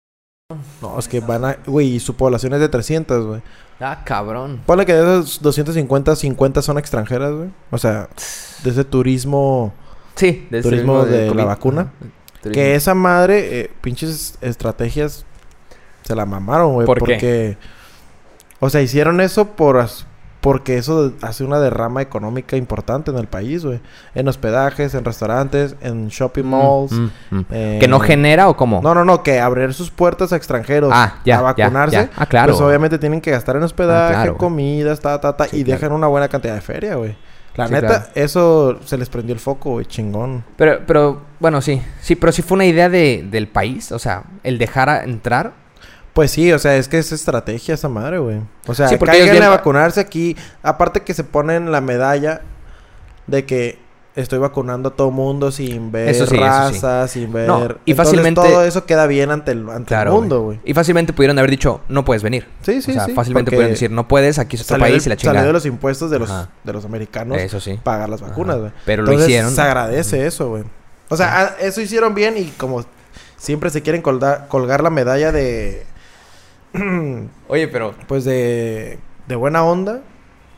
Speaker 2: No, es que van a... Güey, y su población es de 300, güey.
Speaker 1: Ah, cabrón.
Speaker 2: Ponle que de esos 250, 50 son extranjeras, güey. O sea, de ese turismo...
Speaker 1: Sí, de ese
Speaker 2: Turismo
Speaker 1: mismo del
Speaker 2: de la
Speaker 1: COVID.
Speaker 2: vacuna,
Speaker 1: Ajá, turismo.
Speaker 2: Que esa madre, eh, pinches estrategias, se la mamaron, güey.
Speaker 1: ¿Por qué?
Speaker 2: porque, o sea, hicieron eso por as- porque eso hace una derrama económica importante en el país, güey. En hospedajes, en restaurantes, en shopping
Speaker 1: Mm,
Speaker 2: malls.
Speaker 1: mm, mm.
Speaker 2: eh,
Speaker 1: ¿Que no genera o cómo?
Speaker 2: No, no, no, que abrir sus puertas a extranjeros
Speaker 1: Ah, ya,
Speaker 2: a
Speaker 1: ya,
Speaker 2: vacunarse.
Speaker 1: ya. Ah, claro.
Speaker 2: Pues obviamente tienen que gastar en hospedaje,
Speaker 1: Ah, claro.
Speaker 2: comidas, ta, ta, ta.
Speaker 1: Sí,
Speaker 2: y
Speaker 1: claro.
Speaker 2: dejan una buena cantidad de feria, güey. La
Speaker 1: Sí,
Speaker 2: neta,
Speaker 1: claro.
Speaker 2: eso se les prendió el foco, güey, chingón.
Speaker 1: Pero, pero, bueno, sí. Sí, pero sí fue una idea de, del país. O sea, el dejar a entrar.
Speaker 2: Pues sí, o sea, es que es estrategia esa madre, güey. O sea,
Speaker 1: Sí, porque ellos
Speaker 2: caigan
Speaker 1: bien-
Speaker 2: a vacunarse aquí. Aparte que se ponen la medalla de que estoy vacunando a todo mundo sin ver
Speaker 1: Eso sí, eso
Speaker 2: raza, sin ver...
Speaker 1: No, y
Speaker 2: Entonces,
Speaker 1: fácilmente-
Speaker 2: todo eso queda bien ante el, ante el
Speaker 1: Claro.
Speaker 2: mundo, güey.
Speaker 1: Y fácilmente pudieron haber dicho, no puedes venir.
Speaker 2: Sí, sí,
Speaker 1: o sea,
Speaker 2: sí,
Speaker 1: fácilmente
Speaker 2: porque
Speaker 1: pudieron decir, no puedes, aquí es otro
Speaker 2: Salió
Speaker 1: país
Speaker 2: del-
Speaker 1: y la
Speaker 2: Salió
Speaker 1: chingada.
Speaker 2: de los impuestos de los,
Speaker 1: Ajá.
Speaker 2: de los americanos
Speaker 1: Eso sí.
Speaker 2: pagar las
Speaker 1: Ajá.
Speaker 2: vacunas, güey.
Speaker 1: Pero lo
Speaker 2: Entonces,
Speaker 1: hicieron.
Speaker 2: se agradece eso, güey. O sea, a- eso hicieron bien y como siempre se quieren colda- colgar la medalla de...
Speaker 1: Oye, pero...
Speaker 2: pues de, de buena onda,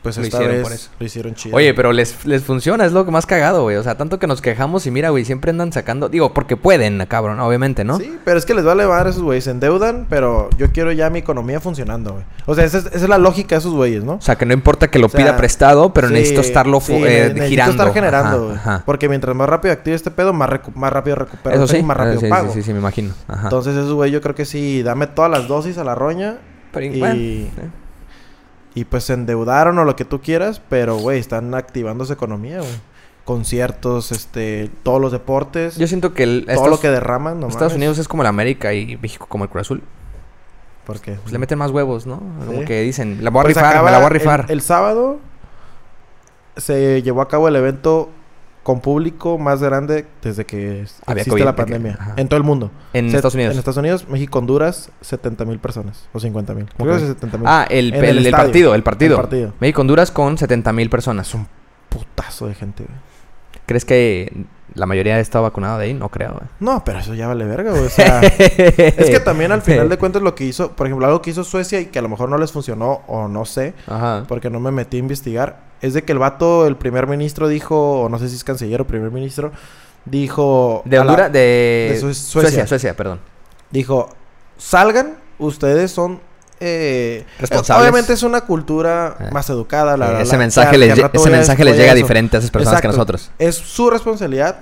Speaker 2: pues
Speaker 1: Lo
Speaker 2: esta
Speaker 1: hicieron
Speaker 2: vez
Speaker 1: por eso.
Speaker 2: lo hicieron chido.
Speaker 1: Oye, pero les, les funciona, es lo que más cagado, güey. O sea, tanto que nos quejamos y mira, güey, siempre andan sacando. Digo, porque pueden, cabrón, obviamente, ¿no?
Speaker 2: Sí, pero es que les vale madre a esos güeyes. Se endeudan, pero yo quiero ya mi economía funcionando, güey. O sea, esa es, esa es la lógica de esos güeyes, ¿no?
Speaker 1: O sea, que no importa que lo
Speaker 2: O sea,
Speaker 1: pida prestado, pero
Speaker 2: Sí,
Speaker 1: necesito estarlo fu-
Speaker 2: sí,
Speaker 1: eh,
Speaker 2: ne- necesito
Speaker 1: girando.
Speaker 2: estar generando,
Speaker 1: Ajá,
Speaker 2: güey.
Speaker 1: ajá.
Speaker 2: Porque mientras más rápido active este pedo, más, recu- más rápido recupero.
Speaker 1: Eso
Speaker 2: el pedo
Speaker 1: sí,
Speaker 2: y Más
Speaker 1: ah,
Speaker 2: rápido
Speaker 1: sí,
Speaker 2: pago.
Speaker 1: sí, sí, sí, me imagino. Ajá.
Speaker 2: Entonces, esos güeyes yo creo que sí, dame todas las dosis a la roña.
Speaker 1: Pero,
Speaker 2: y-
Speaker 1: bueno, eh.
Speaker 2: Y pues se endeudaron o lo que tú quieras, pero, güey, están activando su economía, güey. Conciertos, este, todos los deportes,
Speaker 1: Yo siento que el-
Speaker 2: todo lo
Speaker 1: Estados,
Speaker 2: que derraman, no
Speaker 1: Estados
Speaker 2: mames.
Speaker 1: Unidos es como la América y México como el Cruz Azul.
Speaker 2: ¿Por qué?
Speaker 1: Pues le meten más huevos, ¿no? Como
Speaker 2: Sí.
Speaker 1: que dicen, la voy a
Speaker 2: Pues
Speaker 1: rifar, me
Speaker 2: acaba
Speaker 1: la voy a
Speaker 2: el-
Speaker 1: rifar.
Speaker 2: El, sábado se llevó a cabo el evento con público más grande desde que es-
Speaker 1: Había
Speaker 2: existe
Speaker 1: COVID,
Speaker 2: la
Speaker 1: de que-
Speaker 2: pandemia.
Speaker 1: ajá.
Speaker 2: en todo el mundo.
Speaker 1: en
Speaker 2: Se-
Speaker 1: Estados Unidos.
Speaker 2: En Estados Unidos, México, Honduras, 70 mil personas. O 50 mil. Creo
Speaker 1: Ok.
Speaker 2: que 70 mil.
Speaker 1: Ah, el,
Speaker 2: en
Speaker 1: el-
Speaker 2: el
Speaker 1: el
Speaker 2: estadio.
Speaker 1: partido, el partido.
Speaker 2: El partido.
Speaker 1: México-Honduras con 70 mil
Speaker 2: Es
Speaker 1: personas.
Speaker 2: un putazo de gente, güey.
Speaker 1: ¿Crees que la mayoría ha estado vacunada de ahí? No creo, eh. güey.
Speaker 2: No, pero eso ya vale verga, güey. O sea, es que también al final de cuentas lo que hizo, por ejemplo, algo que hizo Suecia y que a lo mejor no les funcionó o no sé,
Speaker 1: Ajá.
Speaker 2: porque no me metí a investigar, es de que el vato, el primer ministro dijo, o no sé si es canciller o primer ministro, dijo...
Speaker 1: De
Speaker 2: a la-
Speaker 1: Honduras, de,
Speaker 2: de Sue-
Speaker 1: Suecia. Suecia,
Speaker 2: Suecia.
Speaker 1: perdón.
Speaker 2: Dijo, salgan, ustedes son... eh,
Speaker 1: Responsables.
Speaker 2: Obviamente es una cultura
Speaker 1: Ah.
Speaker 2: más educada, la,
Speaker 1: Eh,
Speaker 2: la,
Speaker 1: ese
Speaker 2: la,
Speaker 1: mensaje,
Speaker 2: que
Speaker 1: les,
Speaker 2: al
Speaker 1: lle-
Speaker 2: rato
Speaker 1: ese
Speaker 2: voy a-
Speaker 1: mensaje
Speaker 2: voy
Speaker 1: les
Speaker 2: a
Speaker 1: llega
Speaker 2: eso.
Speaker 1: diferente a esas personas que
Speaker 2: Exacto.
Speaker 1: nosotros.
Speaker 2: Es su responsabilidad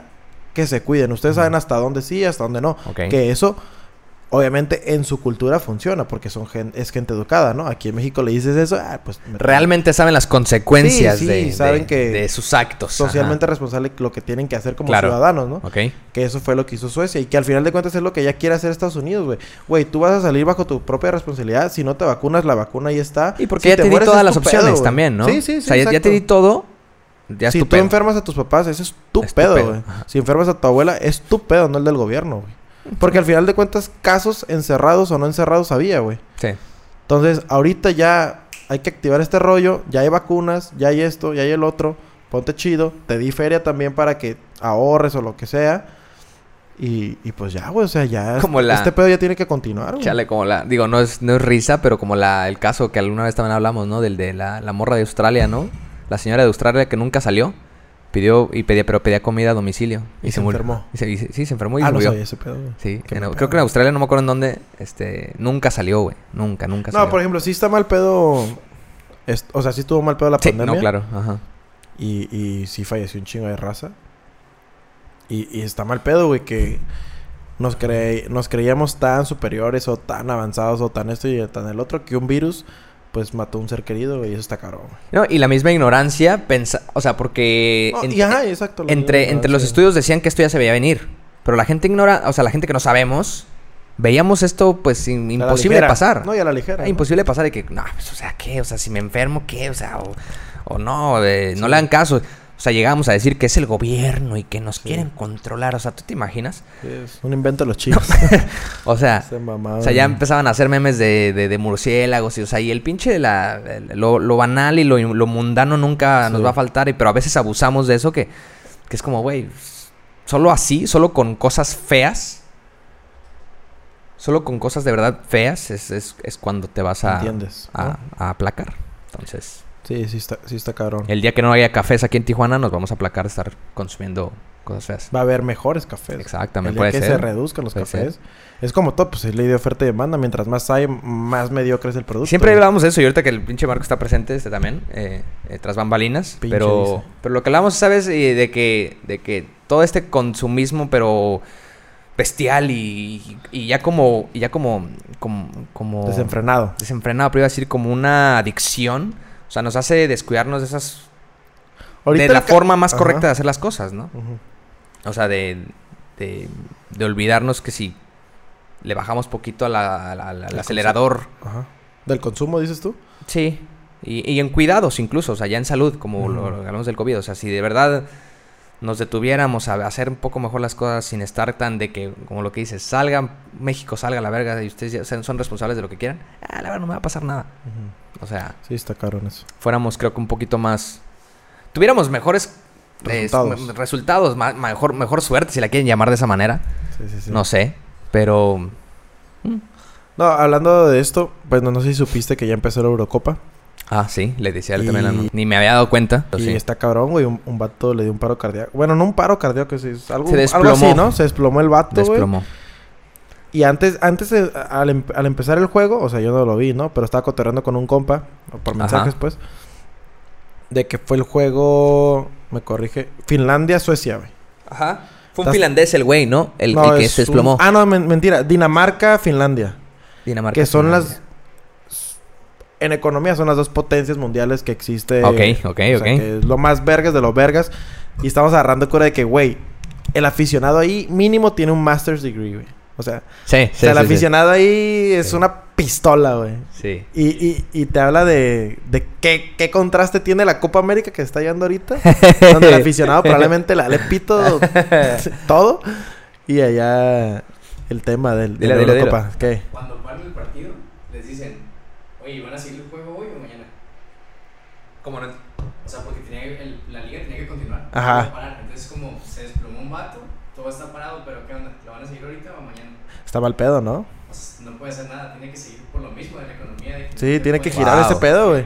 Speaker 2: que se cuiden. Ustedes saben hasta dónde sí, hasta dónde no.
Speaker 1: Ok.
Speaker 2: Que eso, obviamente, en su cultura funciona porque son gen- es gente educada, ¿no? Aquí en México le dices eso, ah, pues... me-
Speaker 1: Realmente saben las consecuencias
Speaker 2: Sí, sí,
Speaker 1: de,
Speaker 2: saben
Speaker 1: de-
Speaker 2: que
Speaker 1: de sus actos. ajá.
Speaker 2: Socialmente responsable lo que tienen que hacer como
Speaker 1: Claro.
Speaker 2: ciudadanos, ¿no?
Speaker 1: Ok.
Speaker 2: Que eso fue lo que hizo Suecia y que al final de cuentas es lo que ya quiere hacer Estados Unidos, güey. Güey, tú vas a salir bajo tu propia responsabilidad. Si no te vacunas, la vacuna ahí está.
Speaker 1: Y porque
Speaker 2: Si
Speaker 1: ya te, di
Speaker 2: mueres,
Speaker 1: todas
Speaker 2: es
Speaker 1: las
Speaker 2: tu pedo,
Speaker 1: opciones
Speaker 2: güey.
Speaker 1: también, ¿no?
Speaker 2: Sí, sí, sí.
Speaker 1: O sea, ya, ya te
Speaker 2: exacto.
Speaker 1: di todo. Ya es
Speaker 2: si
Speaker 1: tu
Speaker 2: tú
Speaker 1: pedo.
Speaker 2: enfermas a tus papás, ese es tu
Speaker 1: Es tu
Speaker 2: pedo,
Speaker 1: pedo,
Speaker 2: güey.
Speaker 1: ajá.
Speaker 2: Si enfermas a tu abuela, es tu pedo, no el del gobierno, güey. Porque al final de cuentas, casos encerrados o no encerrados había, güey.
Speaker 1: Sí.
Speaker 2: Entonces, ahorita ya hay que activar este rollo. Ya hay vacunas, ya hay esto, ya hay el otro. Ponte chido. Te di feria también para que ahorres o lo que sea. Y, y pues ya, güey. O sea, ya... es-
Speaker 1: Como la-
Speaker 2: Este pedo ya tiene que continuar, güey.
Speaker 1: Chale, como la... Digo, no es, no es risa, pero como la... El caso que alguna vez también hablamos, ¿no? Del de la, la morra de Australia, ¿no? La señora de Australia que nunca salió. Pidió... Y pedía... Pero pedía comida a domicilio. Y,
Speaker 2: Y se
Speaker 1: murió.
Speaker 2: enfermó.
Speaker 1: Y se- y se- sí, se enfermó y
Speaker 2: ah,
Speaker 1: se
Speaker 2: no
Speaker 1: murió.
Speaker 2: sabía ese pedo, güey.
Speaker 1: Sí.
Speaker 2: Qué
Speaker 1: en-
Speaker 2: mal
Speaker 1: creo que en
Speaker 2: pedo.
Speaker 1: Australia, no me acuerdo en dónde... Este... Nunca salió, güey. Nunca, nunca salió.
Speaker 2: No, por ejemplo, sí está mal pedo... est- o sea, sí estuvo mal pedo la
Speaker 1: Sí,
Speaker 2: pandemia.
Speaker 1: no, claro. Ajá.
Speaker 2: Y, y sí falleció un chingo de raza. Y, y está mal pedo, güey, que nos, cre- nos creíamos tan superiores o tan avanzados o tan esto y tan el otro que un virus, pues mató a un ser querido, güey, y eso está cabrón. güey.
Speaker 1: No, y la misma ignorancia... pensa- O sea, porque...
Speaker 2: No,
Speaker 1: Eh, en-
Speaker 2: y ajá, exacto. la
Speaker 1: entre,
Speaker 2: misma
Speaker 1: entre los
Speaker 2: ignorancia.
Speaker 1: estudios decían que esto ya se veía venir. Pero la gente ignora, o sea, la gente que no sabemos, veíamos esto pues im-
Speaker 2: A la
Speaker 1: imposible de
Speaker 2: ligera.
Speaker 1: pasar.
Speaker 2: No, y a la ligera.
Speaker 1: Ah,
Speaker 2: ¿no?
Speaker 1: imposible de pasar de que, no, pues, o sea, ¿qué? O sea, si me enfermo, ¿qué? O sea, o, o no, eh, no le dan caso. O sea, llegamos a decir que es el gobierno y que nos quieren controlar. O sea, ¿tú te imaginas?
Speaker 2: Es un invento de los chicos.
Speaker 1: O sea,
Speaker 2: Se mamaron.
Speaker 1: o sea, ya empezaban a hacer memes de, de, de murciélagos y, o sea, y el pinche de la... el- lo, lo banal y lo, lo mundano nunca nos
Speaker 2: Sí.
Speaker 1: va a faltar, y, pero a veces abusamos de eso que, que es como, güey, solo así, solo con cosas feas, solo con cosas de verdad feas es, es, es cuando te vas a,
Speaker 2: ¿Entiendes?
Speaker 1: a,
Speaker 2: ¿no?
Speaker 1: a aplacar. Entonces,
Speaker 2: Sí, sí está, sí está cabrón.
Speaker 1: el día que no haya cafés aquí en Tijuana nos vamos a aplacar de estar consumiendo cosas feas.
Speaker 2: Va a haber mejores cafés.
Speaker 1: Exactamente,
Speaker 2: El día
Speaker 1: puede
Speaker 2: que
Speaker 1: ser.
Speaker 2: se reduzcan los
Speaker 1: Puede ser.
Speaker 2: cafés. Es como todo, pues es ley de oferta y demanda. Mientras más hay, más mediocre es el producto.
Speaker 1: Siempre
Speaker 2: güey.
Speaker 1: hablábamos de eso y ahorita que el pinche Marco está presente este también, eh, eh, tras bambalinas.
Speaker 2: Pinche
Speaker 1: pero,
Speaker 2: dice.
Speaker 1: pero lo que hablamos, ¿sabes? Eh, de, que, de que todo este consumismo, pero bestial y, y ya como... Y ya como, como, como
Speaker 2: Desenfrenado.
Speaker 1: desenfrenado, pero iba a decir como una adicción. O sea, nos hace descuidarnos de esas... de la
Speaker 2: ca-
Speaker 1: forma más
Speaker 2: Ajá.
Speaker 1: correcta de hacer las cosas, ¿no?
Speaker 2: Ujú.
Speaker 1: O sea, de, de, de olvidarnos que si le bajamos poquito a la- a la- al
Speaker 2: consumo.
Speaker 1: acelerador...
Speaker 2: Ajá. ¿Del consumo dices tú?
Speaker 1: Sí, y, y en cuidados incluso, o sea, ya en salud, como
Speaker 2: Ujú.
Speaker 1: lo, lo hablamos del COVID, o sea, si de verdad nos detuviéramos a hacer un poco mejor las cosas sin estar tan de que, como lo que dices, salgan, México salga a la verga y ustedes ya sean- son responsables de lo que quieran, ah, la verdad no me va a pasar nada. O sea,
Speaker 2: Sí, está caro en eso.
Speaker 1: fuéramos creo que un poquito más, tuviéramos mejores eh,
Speaker 2: Resultados.
Speaker 1: m- resultados, ma- mejor, mejor suerte, si la quieren llamar de esa manera,
Speaker 2: Sí, sí, sí.
Speaker 1: no sé, pero... mm,
Speaker 2: No, hablando de esto, pues no, no sé si supiste que ya empezó la Eurocopa.
Speaker 1: Ah, sí, le decía a él también,
Speaker 2: Y-
Speaker 1: a- ni me había dado cuenta. pero
Speaker 2: y
Speaker 1: sí.
Speaker 2: está cabrón, güey. Un, un vato le dio un paro cardíaco. Bueno, no un paro cardíaco, sí, es algo,
Speaker 1: Se
Speaker 2: algo así,
Speaker 1: desplomó.
Speaker 2: ¿no? Se desplomó el vato, güey.
Speaker 1: Desplomó.
Speaker 2: Y antes, antes de- al, em- al empezar el juego, o sea, yo no lo vi, ¿no? Pero estaba cotorreando con un compa, o por
Speaker 1: Ajá.
Speaker 2: mensajes, pues, de que fue el juego, me corrige, Finlandia-Suecia, güey.
Speaker 1: Ajá. Fue un
Speaker 2: Estás-
Speaker 1: finlandés el güey, ¿no? El, el que se
Speaker 2: es un-
Speaker 1: desplomó.
Speaker 2: Ah, no, men- mentira. Dinamarca-Finlandia.
Speaker 1: Dinamarca.
Speaker 2: Que son
Speaker 1: Finlandia.
Speaker 2: las... En economía son las dos potencias mundiales que existe.
Speaker 1: Ok, ok,
Speaker 2: o sea,
Speaker 1: ok.
Speaker 2: que es lo más vergas de los vergas. Y estamos agarrando cura de que, güey, el aficionado ahí mínimo tiene un master's degree, güey. O sea,
Speaker 1: Sí, sí,
Speaker 2: o sea, el
Speaker 1: sí, sí.
Speaker 2: aficionado ahí es
Speaker 1: Sí.
Speaker 2: una pistola, güey.
Speaker 1: Sí.
Speaker 2: Y, y, y te habla de, de qué, qué contraste tiene la Copa América que está llevando ahorita. donde el aficionado probablemente la le pito todo. Y allá el tema del, de
Speaker 1: Dilo,
Speaker 2: la
Speaker 1: dilo, dilo.
Speaker 2: Eurocopa. ¿Qué?
Speaker 3: Cuando paran el partido, les dicen, oye, ¿van a seguir el juego hoy o mañana?
Speaker 1: Como no-
Speaker 3: O sea, porque tenía que- el- la liga tenía que continuar.
Speaker 2: Ajá.
Speaker 3: no podía Parar. Entonces, como se desplomó un vato, todo está parado, pero ¿qué onda? ¿Lo van a seguir ahorita o mañana?
Speaker 2: Está mal pedo, ¿no?
Speaker 3: Pues no puede hacer nada, tiene que seguir por lo mismo de la economía. De
Speaker 2: Sí, tiene que
Speaker 3: puede-
Speaker 2: girar
Speaker 1: Wow.
Speaker 2: ese pedo, güey.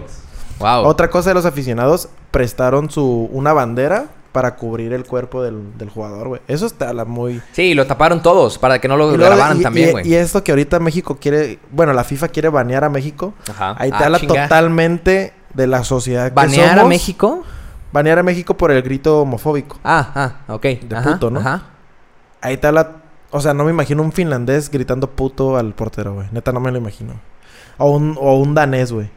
Speaker 1: Wow.
Speaker 2: Otra cosa de los aficionados prestaron su una bandera para cubrir el cuerpo del, del jugador, güey. Eso está la muy...
Speaker 1: Sí, lo taparon todos para que no lo
Speaker 2: Y luego-
Speaker 1: grabaran
Speaker 2: y-
Speaker 1: también,
Speaker 2: y-
Speaker 1: güey.
Speaker 2: Y esto que ahorita México quiere... Bueno, la FIFA quiere banear a México.
Speaker 1: Ajá.
Speaker 2: Ahí te
Speaker 1: Ah,
Speaker 2: habla
Speaker 1: chinga.
Speaker 2: totalmente de la sociedad que
Speaker 1: ¿Banear a
Speaker 2: somos.
Speaker 1: México?
Speaker 2: Banear a México por el grito homofóbico.
Speaker 1: Ah, ah, ok.
Speaker 2: De
Speaker 1: ajá,
Speaker 2: puto, ¿no?
Speaker 1: Ajá.
Speaker 2: Ahí te habla... O sea, no me imagino un finlandés gritando puto al portero, güey. Neta, no me lo imagino. O un, o un danés, güey.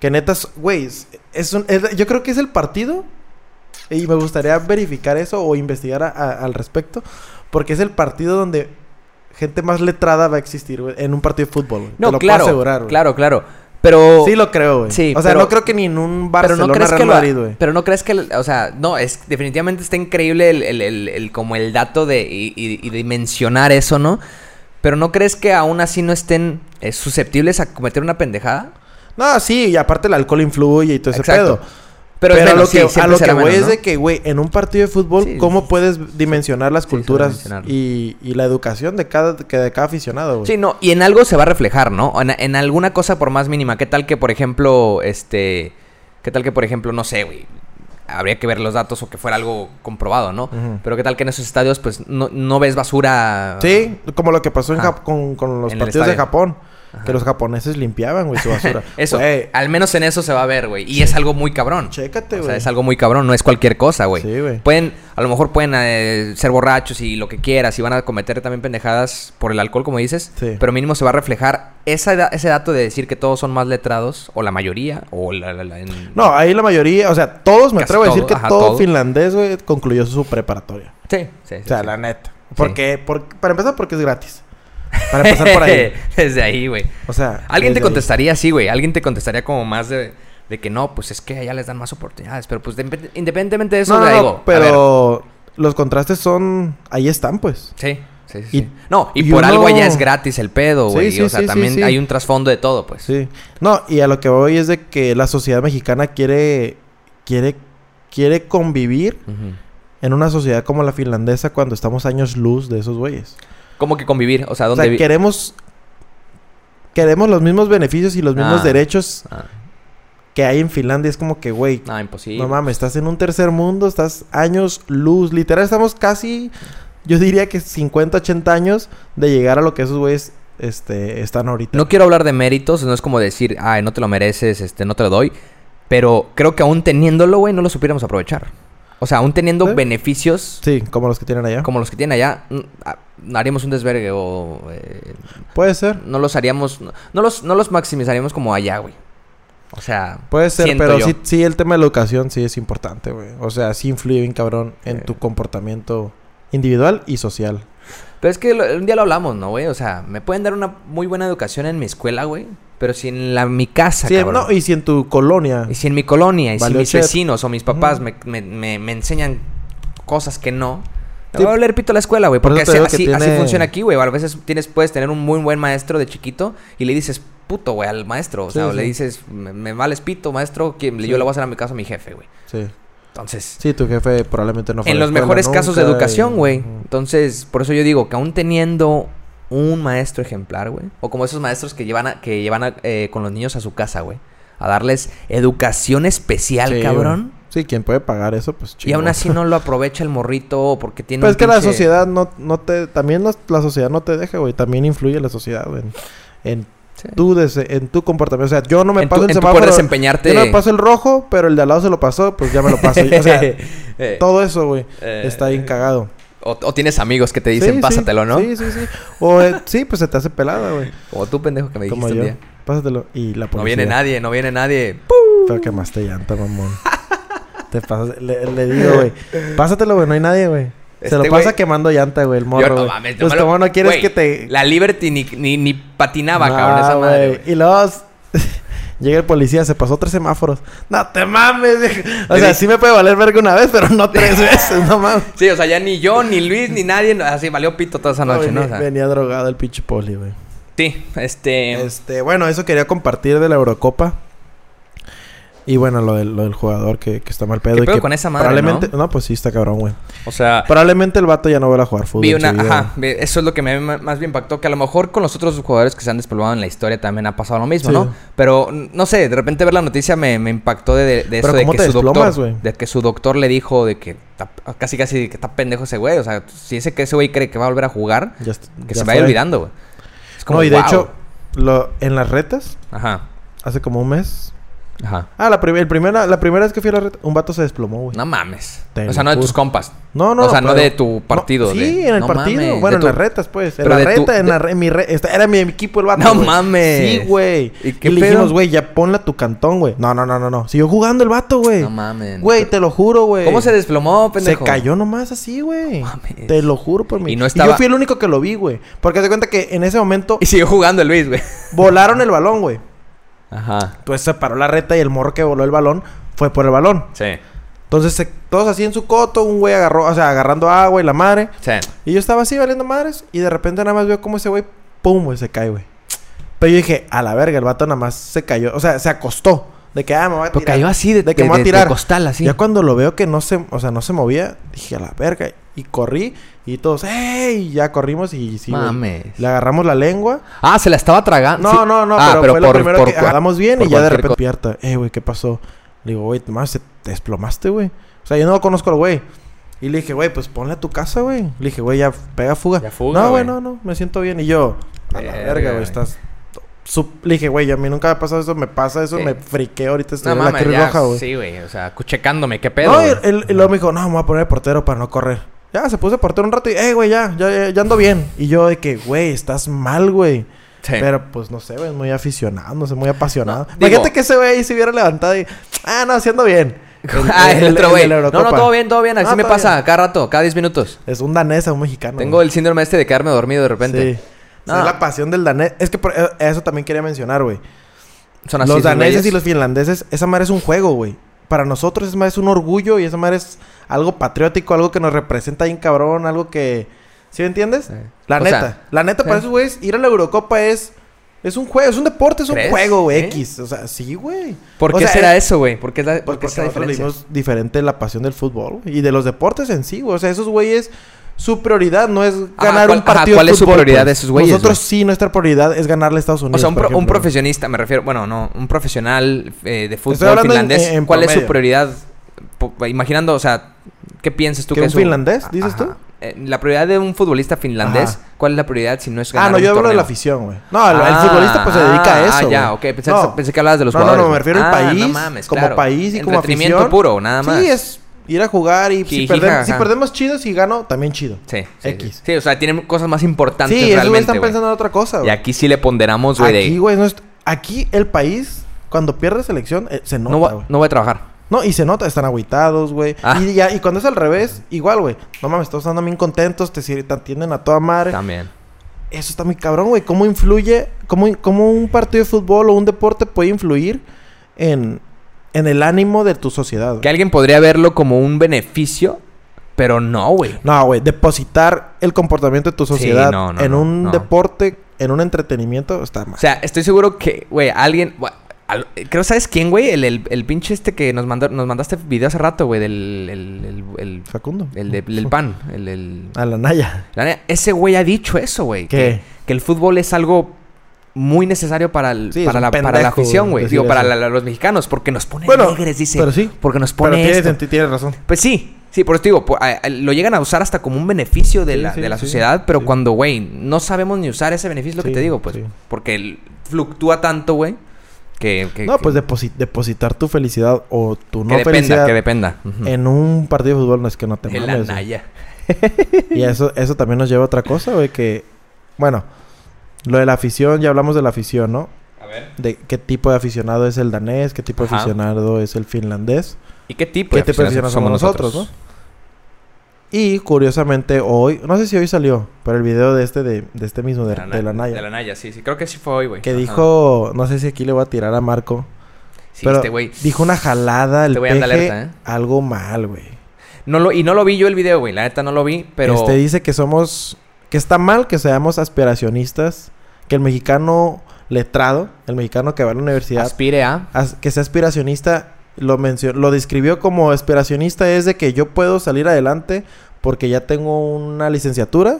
Speaker 2: Que netas, güey, es- es un- es- yo creo que es el partido. Y me gustaría verificar eso o investigar a- a- al respecto. Porque es el partido donde gente más letrada va a existir, güey. En un partido de fútbol, güey.
Speaker 1: No,
Speaker 2: Te lo
Speaker 1: claro.
Speaker 2: puedo asegurar, güey.
Speaker 1: claro, claro. Pero.
Speaker 2: Sí lo creo, güey.
Speaker 1: Sí,
Speaker 2: o sea,
Speaker 1: pero-
Speaker 2: no creo que ni en un
Speaker 1: pero no
Speaker 2: Barcelona
Speaker 1: crees que
Speaker 2: Real
Speaker 1: lo ha-
Speaker 2: Madrid, güey.
Speaker 1: pero no crees que el- o sea no es definitivamente está increíble el, el- el- el- como el dato de y, y- y de mencionar eso no pero no crees que aún así no estén eh, susceptibles a cometer una pendejada
Speaker 2: No, sí, y aparte el alcohol influye y todo ese
Speaker 1: Exacto.
Speaker 2: pedo.
Speaker 1: pero, es
Speaker 2: a
Speaker 1: menos,
Speaker 2: lo
Speaker 1: sí,
Speaker 2: que, a
Speaker 1: siempre
Speaker 2: lo que
Speaker 1: será
Speaker 2: voy
Speaker 1: menos,
Speaker 2: es
Speaker 1: ¿no?
Speaker 2: de que, güey, en un partido de fútbol,
Speaker 1: Sí,
Speaker 2: ¿cómo
Speaker 1: sí,
Speaker 2: puedes dimensionar las
Speaker 1: sí,
Speaker 2: culturas
Speaker 1: sobredimensionarlo.
Speaker 2: y, y la educación de cada, que de cada aficionado, güey?
Speaker 1: Sí, no, y en algo se va a reflejar, ¿no? En, en alguna cosa por más mínima. ¿Qué tal que, por ejemplo, este... ¿Qué tal que, por ejemplo, no sé, güey? Habría que ver los datos o que fuera algo comprobado, ¿no?
Speaker 2: Ujú.
Speaker 1: Pero qué tal que en esos estadios, pues, no, no ves basura...
Speaker 2: Sí, como lo que pasó en
Speaker 1: Ajá.
Speaker 2: Jap- con, con los
Speaker 1: Ah. En el
Speaker 2: partidos de
Speaker 1: estadio.
Speaker 2: Japón.
Speaker 1: Ajá.
Speaker 2: Que los japoneses limpiaban, güey, su basura.
Speaker 1: Eso,
Speaker 2: Güey,
Speaker 1: al menos en eso se va a ver, güey. Y es algo muy cabrón.
Speaker 2: chécate,
Speaker 1: O
Speaker 2: güey.
Speaker 1: sea, es algo muy cabrón, no es cualquier cosa, güey.
Speaker 2: Sí, güey.
Speaker 1: Pueden, a lo mejor pueden eh, ser borrachos y lo que quieras y van a cometer también pendejadas por el alcohol, como dices.
Speaker 2: Sí.
Speaker 1: Pero mínimo se va a reflejar esa da- ese dato de decir que todos son más letrados, o la mayoría, o la... la- la- en-
Speaker 2: No, ahí la mayoría, o sea, todos me
Speaker 1: Casi
Speaker 2: atrevo a decir
Speaker 1: todo,
Speaker 2: que
Speaker 1: ajá,
Speaker 2: todo,
Speaker 1: todo.
Speaker 2: finlandés, güey, concluyó su preparatoria.
Speaker 1: Sí, sí, sí,
Speaker 2: ah, O sea,
Speaker 1: sí.
Speaker 2: la neta. ¿Por
Speaker 1: Sí.
Speaker 2: qué? Por- para empezar, porque es gratis. Para empezar por ahí.
Speaker 1: Desde ahí, güey.
Speaker 2: O sea.
Speaker 1: Alguien te
Speaker 2: desde ahí.
Speaker 1: contestaría así, güey. Alguien te contestaría como más de, de que no, pues es que allá les dan más oportunidades. Pero pues de- independientemente de eso,
Speaker 2: no,
Speaker 1: te
Speaker 2: no,
Speaker 1: digo...
Speaker 2: no,
Speaker 1: a ver,
Speaker 2: pero los contrastes son. Ahí están, pues.
Speaker 1: Sí, sí, sí.
Speaker 2: Y-
Speaker 1: sí. No, y,
Speaker 2: y
Speaker 1: por
Speaker 2: uno-
Speaker 1: algo allá es gratis el pedo,
Speaker 2: Sí,
Speaker 1: güey.
Speaker 2: sí,
Speaker 1: o sea,
Speaker 2: sí, sí,
Speaker 1: también
Speaker 2: sí.
Speaker 1: hay un trasfondo de todo, pues.
Speaker 2: Sí. No, y a lo que voy es de que la sociedad mexicana quiere. Quiere. Quiere convivir
Speaker 1: Ujú.
Speaker 2: en una sociedad como la finlandesa cuando estamos años luz de esos güeyes.
Speaker 1: ¿Cómo que convivir? O sea,
Speaker 2: O
Speaker 1: ¿dónde
Speaker 2: sea,
Speaker 1: vi-
Speaker 2: queremos. Queremos los mismos beneficios y los mismos
Speaker 1: Ah.
Speaker 2: derechos
Speaker 1: Ah,
Speaker 2: que hay en Finlandia. Es como que, güey,
Speaker 1: no, imposible.
Speaker 2: no mames, estás en un tercer mundo, estás años luz. Literal, estamos casi, yo diría que 50, 80 años de llegar a lo que esos güeyes este, están ahorita.
Speaker 1: No quiero hablar de méritos, no es como decir, ay, no te lo mereces, este, no te lo doy. Pero creo que aún teniéndolo, güey, no lo supiéramos aprovechar. O sea, aún teniendo
Speaker 2: Sí.
Speaker 1: beneficios
Speaker 2: Sí, como los que tienen allá.
Speaker 1: como los que tienen allá, mm, ah, haríamos un desvergue o eh,
Speaker 2: Puede ser.
Speaker 1: no los haríamos, no, no los, no los maximizaríamos como allá, güey. O sea,
Speaker 2: Puede ser,
Speaker 1: siento
Speaker 2: pero
Speaker 1: yo.
Speaker 2: sí, sí, el tema de la educación sí es importante, güey. O sea, sí influye bien cabrón en
Speaker 1: Sí.
Speaker 2: tu comportamiento individual y social.
Speaker 1: Pero es que lo- un día lo hablamos, ¿no, güey? O sea, me pueden dar una muy buena educación en mi escuela, güey. Pero si en la, mi casa,
Speaker 2: Sí,
Speaker 1: cabrón,
Speaker 2: no, y si en tu colonia...
Speaker 1: y si en mi colonia, y si
Speaker 2: Valió
Speaker 1: mis
Speaker 2: shit.
Speaker 1: vecinos o mis papás
Speaker 2: Ujú.
Speaker 1: me, me- me- me enseñan cosas que no... Me
Speaker 2: Sí.
Speaker 1: va a valer pito la escuela, güey.
Speaker 2: Por
Speaker 1: Porque
Speaker 2: eso
Speaker 1: así,
Speaker 2: te digo
Speaker 1: así,
Speaker 2: que
Speaker 1: así
Speaker 2: tiene-
Speaker 1: funciona aquí, güey. A veces tienes, puedes tener un muy buen maestro de chiquito y le dices puto, güey, al maestro. O
Speaker 2: Sí,
Speaker 1: sea, o
Speaker 2: sí.
Speaker 1: le dices, me, me vales pito, maestro, que
Speaker 2: Sí.
Speaker 1: yo le voy a hacer a mi casa a mi jefe, güey.
Speaker 2: Sí.
Speaker 1: Entonces,
Speaker 2: Sí, tu jefe probablemente no fue a
Speaker 1: en
Speaker 2: la
Speaker 1: los
Speaker 2: escuela
Speaker 1: mejores casos de
Speaker 2: nunca
Speaker 1: educación,
Speaker 2: y-
Speaker 1: güey.
Speaker 2: Ujú.
Speaker 1: Entonces, por eso yo digo que aún teniendo un maestro ejemplar, güey, o como esos maestros que llevan, a- que llevan a- eh, con los niños a su casa, güey, a darles educación especial,
Speaker 2: Sí,
Speaker 1: cabrón.
Speaker 2: güey. Sí, quien puede pagar eso, pues
Speaker 1: Y aún
Speaker 2: chingón.
Speaker 1: así no lo aprovecha el morrito porque tiene
Speaker 2: Pues
Speaker 1: un
Speaker 2: es que la
Speaker 1: pinche-
Speaker 2: sociedad no, no te... También la, la sociedad no te deja, güey. También influye la sociedad, güey. En,
Speaker 1: Sí.
Speaker 2: tu dese- en tu comportamiento. O sea, yo no me
Speaker 1: Eh. En tu-
Speaker 2: paso el
Speaker 1: en tu
Speaker 2: semáforo...
Speaker 1: poder desempeñarte.
Speaker 2: Yo no me paso el rojo, pero el de al lado se lo pasó, pues ya me lo paso. yo. O sea,
Speaker 1: Eh,
Speaker 2: todo eso, güey.
Speaker 1: eh,
Speaker 2: Está bien cagado.
Speaker 1: o, o tienes amigos que te dicen,
Speaker 2: Sí, sí.
Speaker 1: pásatelo, ¿no?
Speaker 2: Sí, sí, sí. O, eh, sí, pues se te hace pelada, güey.
Speaker 1: Como tú, pendejo, que me
Speaker 2: Como
Speaker 1: dijiste un
Speaker 2: yo.
Speaker 1: día.
Speaker 2: Pásatelo. Y la policía.
Speaker 1: No viene nadie, no viene nadie.
Speaker 2: Pero quemaste llanta, mamón. te pasas... Le, le digo, güey. Pásatelo, güey. No hay nadie, güey.
Speaker 1: Este
Speaker 2: se lo pasa
Speaker 1: güey-
Speaker 2: quemando llanta, güey. El
Speaker 1: Yo,
Speaker 2: morro,
Speaker 1: no
Speaker 2: güey.
Speaker 1: mames, yo
Speaker 2: pues
Speaker 1: me lo-
Speaker 2: como no quieres
Speaker 1: güey,
Speaker 2: que te...
Speaker 1: La Liberty ni, ni, ni patinaba,
Speaker 2: No,
Speaker 1: Ah, cabrón, esa madre, güey.
Speaker 2: Ah, Y luego s- llega el policía, se pasó tres semáforos. No te mames. viejo. O sea,
Speaker 1: di-
Speaker 2: sí me puede valer verga una vez, pero no tres veces, no mames.
Speaker 1: Sí, o sea, ya ni yo, ni Luis, ni nadie, no- así valió pito toda esa noche, ¿no?
Speaker 2: venía,
Speaker 1: O sea,
Speaker 2: venía drogado el pinche poli, güey.
Speaker 1: sí, este...
Speaker 2: Este, bueno, eso quería compartir de la Eurocopa. Y bueno, lo del, lo del jugador que, que está mal pedo.
Speaker 1: ¿Qué
Speaker 2: y
Speaker 1: pedo
Speaker 2: que
Speaker 1: con esa madre,
Speaker 2: Probablemente,
Speaker 1: no?
Speaker 2: no? pues sí, está cabrón, güey.
Speaker 1: O sea,
Speaker 2: Probablemente el vato ya no vuelva a jugar fútbol.
Speaker 1: vi
Speaker 2: en
Speaker 1: una...
Speaker 2: su vida,
Speaker 1: Ajá, vi- eso es lo que me ma- más bien impactó. Que a lo mejor con los otros jugadores que se han desplomado en la historia también ha pasado lo mismo,
Speaker 2: Sí.
Speaker 1: ¿no? Pero, n- no sé, de repente ver la noticia me, me impactó de, de- de eso
Speaker 2: Pero
Speaker 1: de
Speaker 2: ¿cómo
Speaker 1: que
Speaker 2: te
Speaker 1: su
Speaker 2: desplomas,
Speaker 1: doctor...
Speaker 2: güey?
Speaker 1: De que su doctor le dijo de que... está- casi casi que está pendejo ese güey. O sea, si ese, que ese güey cree que va a volver a jugar,
Speaker 2: Ya est-
Speaker 1: que
Speaker 2: ya
Speaker 1: se vaya
Speaker 2: fue.
Speaker 1: olvidando, güey. Es
Speaker 2: no, y de
Speaker 1: wow.
Speaker 2: hecho, lo, en las retas,
Speaker 1: Ajá,
Speaker 2: hace como un mes.
Speaker 1: ajá.
Speaker 2: Ah, la, prim- el primera, la primera vez que fui a la reta, un vato se desplomó, güey.
Speaker 1: No mames.
Speaker 2: Te
Speaker 1: o
Speaker 2: lo
Speaker 1: sea, no de
Speaker 2: juro.
Speaker 1: tus compas.
Speaker 2: No, no.
Speaker 1: O sea, no
Speaker 2: pero-
Speaker 1: de tu partido,
Speaker 2: No,
Speaker 1: de-
Speaker 2: sí, en el
Speaker 1: no
Speaker 2: partido.
Speaker 1: mames,
Speaker 2: bueno, en
Speaker 1: de
Speaker 2: las
Speaker 1: tu-
Speaker 2: retas, pues. En
Speaker 1: pero
Speaker 2: la
Speaker 1: de tu-
Speaker 2: reta, en
Speaker 1: de-
Speaker 2: la re- mi re- esta- era mi equipo el vato.
Speaker 1: No
Speaker 2: güey.
Speaker 1: mames.
Speaker 2: Sí, güey.
Speaker 1: ¿Y
Speaker 2: Y,
Speaker 1: qué
Speaker 2: le dijimos,
Speaker 1: pedo?
Speaker 2: güey, ya ponla a tu cantón, güey. No, no, no, no, no. Siguió jugando el vato, güey.
Speaker 1: No mames.
Speaker 2: Güey, te lo juro, güey.
Speaker 1: ¿Cómo se desplomó,
Speaker 2: Se
Speaker 1: pendejo?
Speaker 2: cayó nomás así, güey.
Speaker 1: mames.
Speaker 2: Te lo juro por mí.
Speaker 1: Y no estaba-
Speaker 2: yo fui el único que lo vi, güey. Porque te cuenta que en ese momento
Speaker 1: Y siguió jugando el Luis, güey.
Speaker 2: volaron el balón, güey.
Speaker 1: Ajá.
Speaker 2: Entonces se paró la reta y el morro que voló el balón fue por el balón.
Speaker 1: Sí.
Speaker 2: Entonces se- todos así en su coto, un güey agarró, o sea, agarrando agua y la madre.
Speaker 1: Sí.
Speaker 2: Y yo estaba así valiendo madres y de repente nada más veo cómo ese güey, pum, güey, se cae, güey. Pero yo dije, a la verga, el vato nada más se cayó, o sea, se acostó. De que, ah, me voy a
Speaker 1: Pero
Speaker 2: tirar.
Speaker 1: cayó así de,
Speaker 2: de que
Speaker 1: de-
Speaker 2: me voy
Speaker 1: de-
Speaker 2: a
Speaker 1: de
Speaker 2: tirar.
Speaker 1: costal, así.
Speaker 2: Ya cuando lo veo que no se, o sea, no se movía, dije, a la verga. Y corrí y todos, ¡ey! Y ya corrimos y sí, güey.
Speaker 1: Mames.
Speaker 2: Le agarramos la lengua.
Speaker 1: Ah, se la estaba tragando.
Speaker 2: No,
Speaker 1: Sí.
Speaker 2: no, no,
Speaker 1: Ah,
Speaker 2: pero,
Speaker 1: pero,
Speaker 2: fue
Speaker 1: por,
Speaker 2: lo primero
Speaker 1: por
Speaker 2: que
Speaker 1: cua-
Speaker 2: agarramos bien
Speaker 1: por
Speaker 2: y ya de
Speaker 1: cualquier
Speaker 2: repente despierta. Eh, güey, ¿qué pasó? Le digo, güey, más te te desplomaste, güey. O sea, yo no lo conozco al güey. Y le dije, güey, pues ponle a tu casa, güey. Le dije, güey, ya pega fuga.
Speaker 1: Ya fuga,
Speaker 2: no,
Speaker 1: güey.
Speaker 2: güey, no, no, me siento bien. Y yo, a la
Speaker 1: Verga,
Speaker 2: verga,
Speaker 1: güey.
Speaker 2: güey, estás. sup- Le dije, güey, a mí nunca me ha pasado eso, me pasa eso,
Speaker 1: Sí.
Speaker 2: me friqué ahorita estoy
Speaker 1: No
Speaker 2: en la
Speaker 1: mames,
Speaker 2: Cruz
Speaker 1: ya,
Speaker 2: Roja, güey.
Speaker 1: Sí, güey. O sea, cuchecándome. ¿Qué pedo?
Speaker 2: No, y,
Speaker 1: güey?
Speaker 2: el- y luego me dijo, no, me voy a poner de portero para no correr. Ya, se puso de portero un rato y, eh, güey, ya, ya, ya- ya ando bien. Y yo de que, güey, estás mal, güey.
Speaker 1: Sí.
Speaker 2: Pero pues no sé, güey, es muy aficionado, no sé, muy apasionado.
Speaker 1: No, digo-
Speaker 2: Imagínate que ese güey ahí se hubiera levantado y, ah, no, haciendo bien.
Speaker 1: ah, el, otro güey.
Speaker 2: de la
Speaker 1: No, no,
Speaker 2: Eurocopa.
Speaker 1: todo bien, todo bien. Así
Speaker 2: No,
Speaker 1: me
Speaker 2: todo
Speaker 1: pasa
Speaker 2: bien.
Speaker 1: cada rato, cada 10 minutos.
Speaker 2: Es un danés a un mexicano.
Speaker 1: Tengo
Speaker 2: güey.
Speaker 1: el síndrome este de quedarme dormido de repente.
Speaker 2: Sí.
Speaker 1: No.
Speaker 2: Es la pasión del danés. Es que por- eh, eso también quería mencionar, güey.
Speaker 1: Son así.
Speaker 2: Los
Speaker 1: esos
Speaker 2: daneses
Speaker 1: güeyes.
Speaker 2: y los finlandeses, esa madre es un juego, güey. Para nosotros esa madre es un orgullo y esa madre es algo patriótico, algo que nos representa bien cabrón, algo que... ¿Sí me entiendes?
Speaker 1: Sí.
Speaker 2: La
Speaker 1: O
Speaker 2: neta.
Speaker 1: sea,
Speaker 2: la neta, para
Speaker 1: sí.
Speaker 2: esos güeyes, ir a la Eurocopa es... Es un juego, es un deporte, es un
Speaker 1: ¿Crees?
Speaker 2: juego, güey.
Speaker 1: ¿Sí?
Speaker 2: X. O sea, sí, güey.
Speaker 1: ¿Por
Speaker 2: O
Speaker 1: qué
Speaker 2: sea,
Speaker 1: será
Speaker 2: eh,
Speaker 1: eso, güey? ¿Por qué, es la- por
Speaker 2: Pues
Speaker 1: qué esa
Speaker 2: porque nosotros le
Speaker 1: diferencia?
Speaker 2: dimos diferente la pasión del fútbol güey, y de los deportes en sí, güey. O sea, esos güeyes, su prioridad no es
Speaker 1: Ajá,
Speaker 2: ganar
Speaker 1: ¿cuál-
Speaker 2: un partido.
Speaker 1: ajá,
Speaker 2: de
Speaker 1: cuál es su
Speaker 2: fútbol,
Speaker 1: prioridad
Speaker 2: pues.
Speaker 1: de esos güeyes,
Speaker 2: Nosotros sí, nuestra prioridad es ganarle a Estados
Speaker 1: O
Speaker 2: Unidos.
Speaker 1: sea, un,
Speaker 2: por
Speaker 1: pro- un
Speaker 2: ejemplo.
Speaker 1: profesionista, me refiero, bueno, no, un profesional eh, de fútbol
Speaker 2: hablando
Speaker 1: finlandés,
Speaker 2: en- en
Speaker 1: ¿cuál es su
Speaker 2: promedio.
Speaker 1: prioridad? Po- Imaginando, o sea, ¿qué piensas tú
Speaker 2: ¿Que
Speaker 1: que
Speaker 2: un
Speaker 1: es
Speaker 2: finlandés, dices tú?
Speaker 1: Eh, la prioridad de un futbolista finlandés,
Speaker 2: Ajá.
Speaker 1: ¿cuál es la prioridad si no es ganar
Speaker 2: Ah, no,
Speaker 1: un
Speaker 2: yo hablo de
Speaker 1: torneo?
Speaker 2: la afición, güey. No, el, el
Speaker 1: Ah,
Speaker 2: futbolista pues se dedica a
Speaker 1: ah,
Speaker 2: eso.
Speaker 1: Ah, ya,
Speaker 2: güey.
Speaker 1: ok. Pensé,
Speaker 2: No.
Speaker 1: pensé que hablabas de los
Speaker 2: no, no,
Speaker 1: jugadores.
Speaker 2: no, me refiero al
Speaker 1: Ah,
Speaker 2: país.
Speaker 1: no mames,
Speaker 2: como
Speaker 1: claro.
Speaker 2: país y como
Speaker 1: Entretenimiento
Speaker 2: afición.
Speaker 1: puro, nada más.
Speaker 2: Sí, es ir a jugar y si,
Speaker 1: Jijija,
Speaker 2: perdemos- si
Speaker 1: ajá.
Speaker 2: perdemos chido, si gano, también chido.
Speaker 1: Sí, sí,
Speaker 2: X.
Speaker 1: Sí. Sí, o sea, tienen cosas más importantes
Speaker 2: Sí, esos güeyes
Speaker 1: realmente,
Speaker 2: están
Speaker 1: güey.
Speaker 2: pensando en otra cosa,
Speaker 1: Y
Speaker 2: güey.
Speaker 1: aquí sí le ponderamos, Pues, güey,
Speaker 2: Aquí,
Speaker 1: de...
Speaker 2: güey, no es- aquí el país, cuando pierde selección, eh, se nota,
Speaker 1: No,
Speaker 2: güey.
Speaker 1: va- no voy a trabajar.
Speaker 2: No, y se nota, están agüitados, güey.
Speaker 1: Ah.
Speaker 2: Y, ya- y cuando es al revés, igual, güey. No mames, todos andan bien contentos, te, sir- te atienden a toda madre.
Speaker 1: También.
Speaker 2: Eso está muy cabrón, güey. ¿Cómo influye, cómo, cómo un partido de fútbol o un deporte puede influir en, en el ánimo de tu sociedad? güey?
Speaker 1: Que alguien podría verlo como un beneficio, pero no, güey.
Speaker 2: No, güey, depositar el comportamiento de tu
Speaker 1: Sí,
Speaker 2: sociedad
Speaker 1: no, no,
Speaker 2: en
Speaker 1: no,
Speaker 2: un
Speaker 1: no.
Speaker 2: deporte, en un entretenimiento, está mal.
Speaker 1: O sea, estoy seguro que, güey, alguien. gua- al- creo, ¿sabes quién, güey? El, el, el pinche este que nos, mandó, nos mandaste video hace rato, güey, del. El, el, el,
Speaker 2: Facundo.
Speaker 1: el de- el del pan. El, el-
Speaker 2: A la Naya.
Speaker 1: La neta, ese güey ha dicho eso, güey. Que,
Speaker 2: ¿Qué?
Speaker 1: que el fútbol es algo muy necesario para, el,
Speaker 2: Sí, es
Speaker 1: para,
Speaker 2: un
Speaker 1: la, para la
Speaker 2: pendejo
Speaker 1: afición, güey.
Speaker 2: decir
Speaker 1: Digo, para
Speaker 2: eso.
Speaker 1: la- la- los mexicanos, porque nos pone
Speaker 2: Bueno,
Speaker 1: alegres, dice.
Speaker 2: pero sí.
Speaker 1: Porque nos pone.
Speaker 2: Pero tienes,
Speaker 1: esto.
Speaker 2: senti- tienes razón.
Speaker 1: Pues sí, sí, por eso te digo, po- a- a- lo llegan a usar hasta como un beneficio de
Speaker 2: Sí,
Speaker 1: la,
Speaker 2: sí,
Speaker 1: de la
Speaker 2: sí,
Speaker 1: sociedad, pero
Speaker 2: sí.
Speaker 1: cuando, güey, no sabemos ni usar ese beneficio, es lo que
Speaker 2: Sí,
Speaker 1: te digo, pues,
Speaker 2: sí.
Speaker 1: porque el- fluctúa tanto, güey, que, que-
Speaker 2: No,
Speaker 1: que-
Speaker 2: pues deposi- depositar tu felicidad o tu
Speaker 1: que
Speaker 2: no
Speaker 1: dependa,
Speaker 2: felicidad
Speaker 1: que dependa. Ujú.
Speaker 2: en un partido de fútbol no es que no te
Speaker 1: En
Speaker 2: mames.
Speaker 1: la
Speaker 2: güey.
Speaker 1: Naya.
Speaker 2: Y eso, eso también nos lleva a otra cosa, güey, que... Bueno, lo de la afición, ya hablamos de la afición, ¿no?
Speaker 1: A ver.
Speaker 2: De qué tipo de aficionado es el danés, qué tipo
Speaker 1: Ajá.
Speaker 2: de aficionado es el finlandés.
Speaker 1: ¿Y qué tipo
Speaker 2: ¿Qué tipo de aficionados somos nosotros, no? Y curiosamente hoy, no sé si hoy salió, pero el video de este, de, de este mismo, de,
Speaker 1: De, la,
Speaker 2: de la
Speaker 1: Naya.
Speaker 2: Naya.
Speaker 1: De la Naya, sí, sí, creo que sí fue hoy, güey.
Speaker 2: Que
Speaker 1: Ajá.
Speaker 2: dijo, no sé si aquí le voy a tirar a Marco,
Speaker 1: Sí,
Speaker 2: pero
Speaker 1: este güey.
Speaker 2: dijo una jalada, el
Speaker 1: Este güey anda
Speaker 2: peje,
Speaker 1: alerta, ¿eh?
Speaker 2: algo mal, güey.
Speaker 1: No lo, y no lo vi yo el video, güey, la neta no lo vi, pero...
Speaker 2: Este dice que somos. que está mal que seamos aspiracionistas. Que el mexicano letrado, el mexicano que va a la universidad,
Speaker 1: Aspire a.
Speaker 2: as- que sea aspiracionista, lo, mencio- lo describió como aspiracionista es de que yo puedo salir adelante porque ya tengo una licenciatura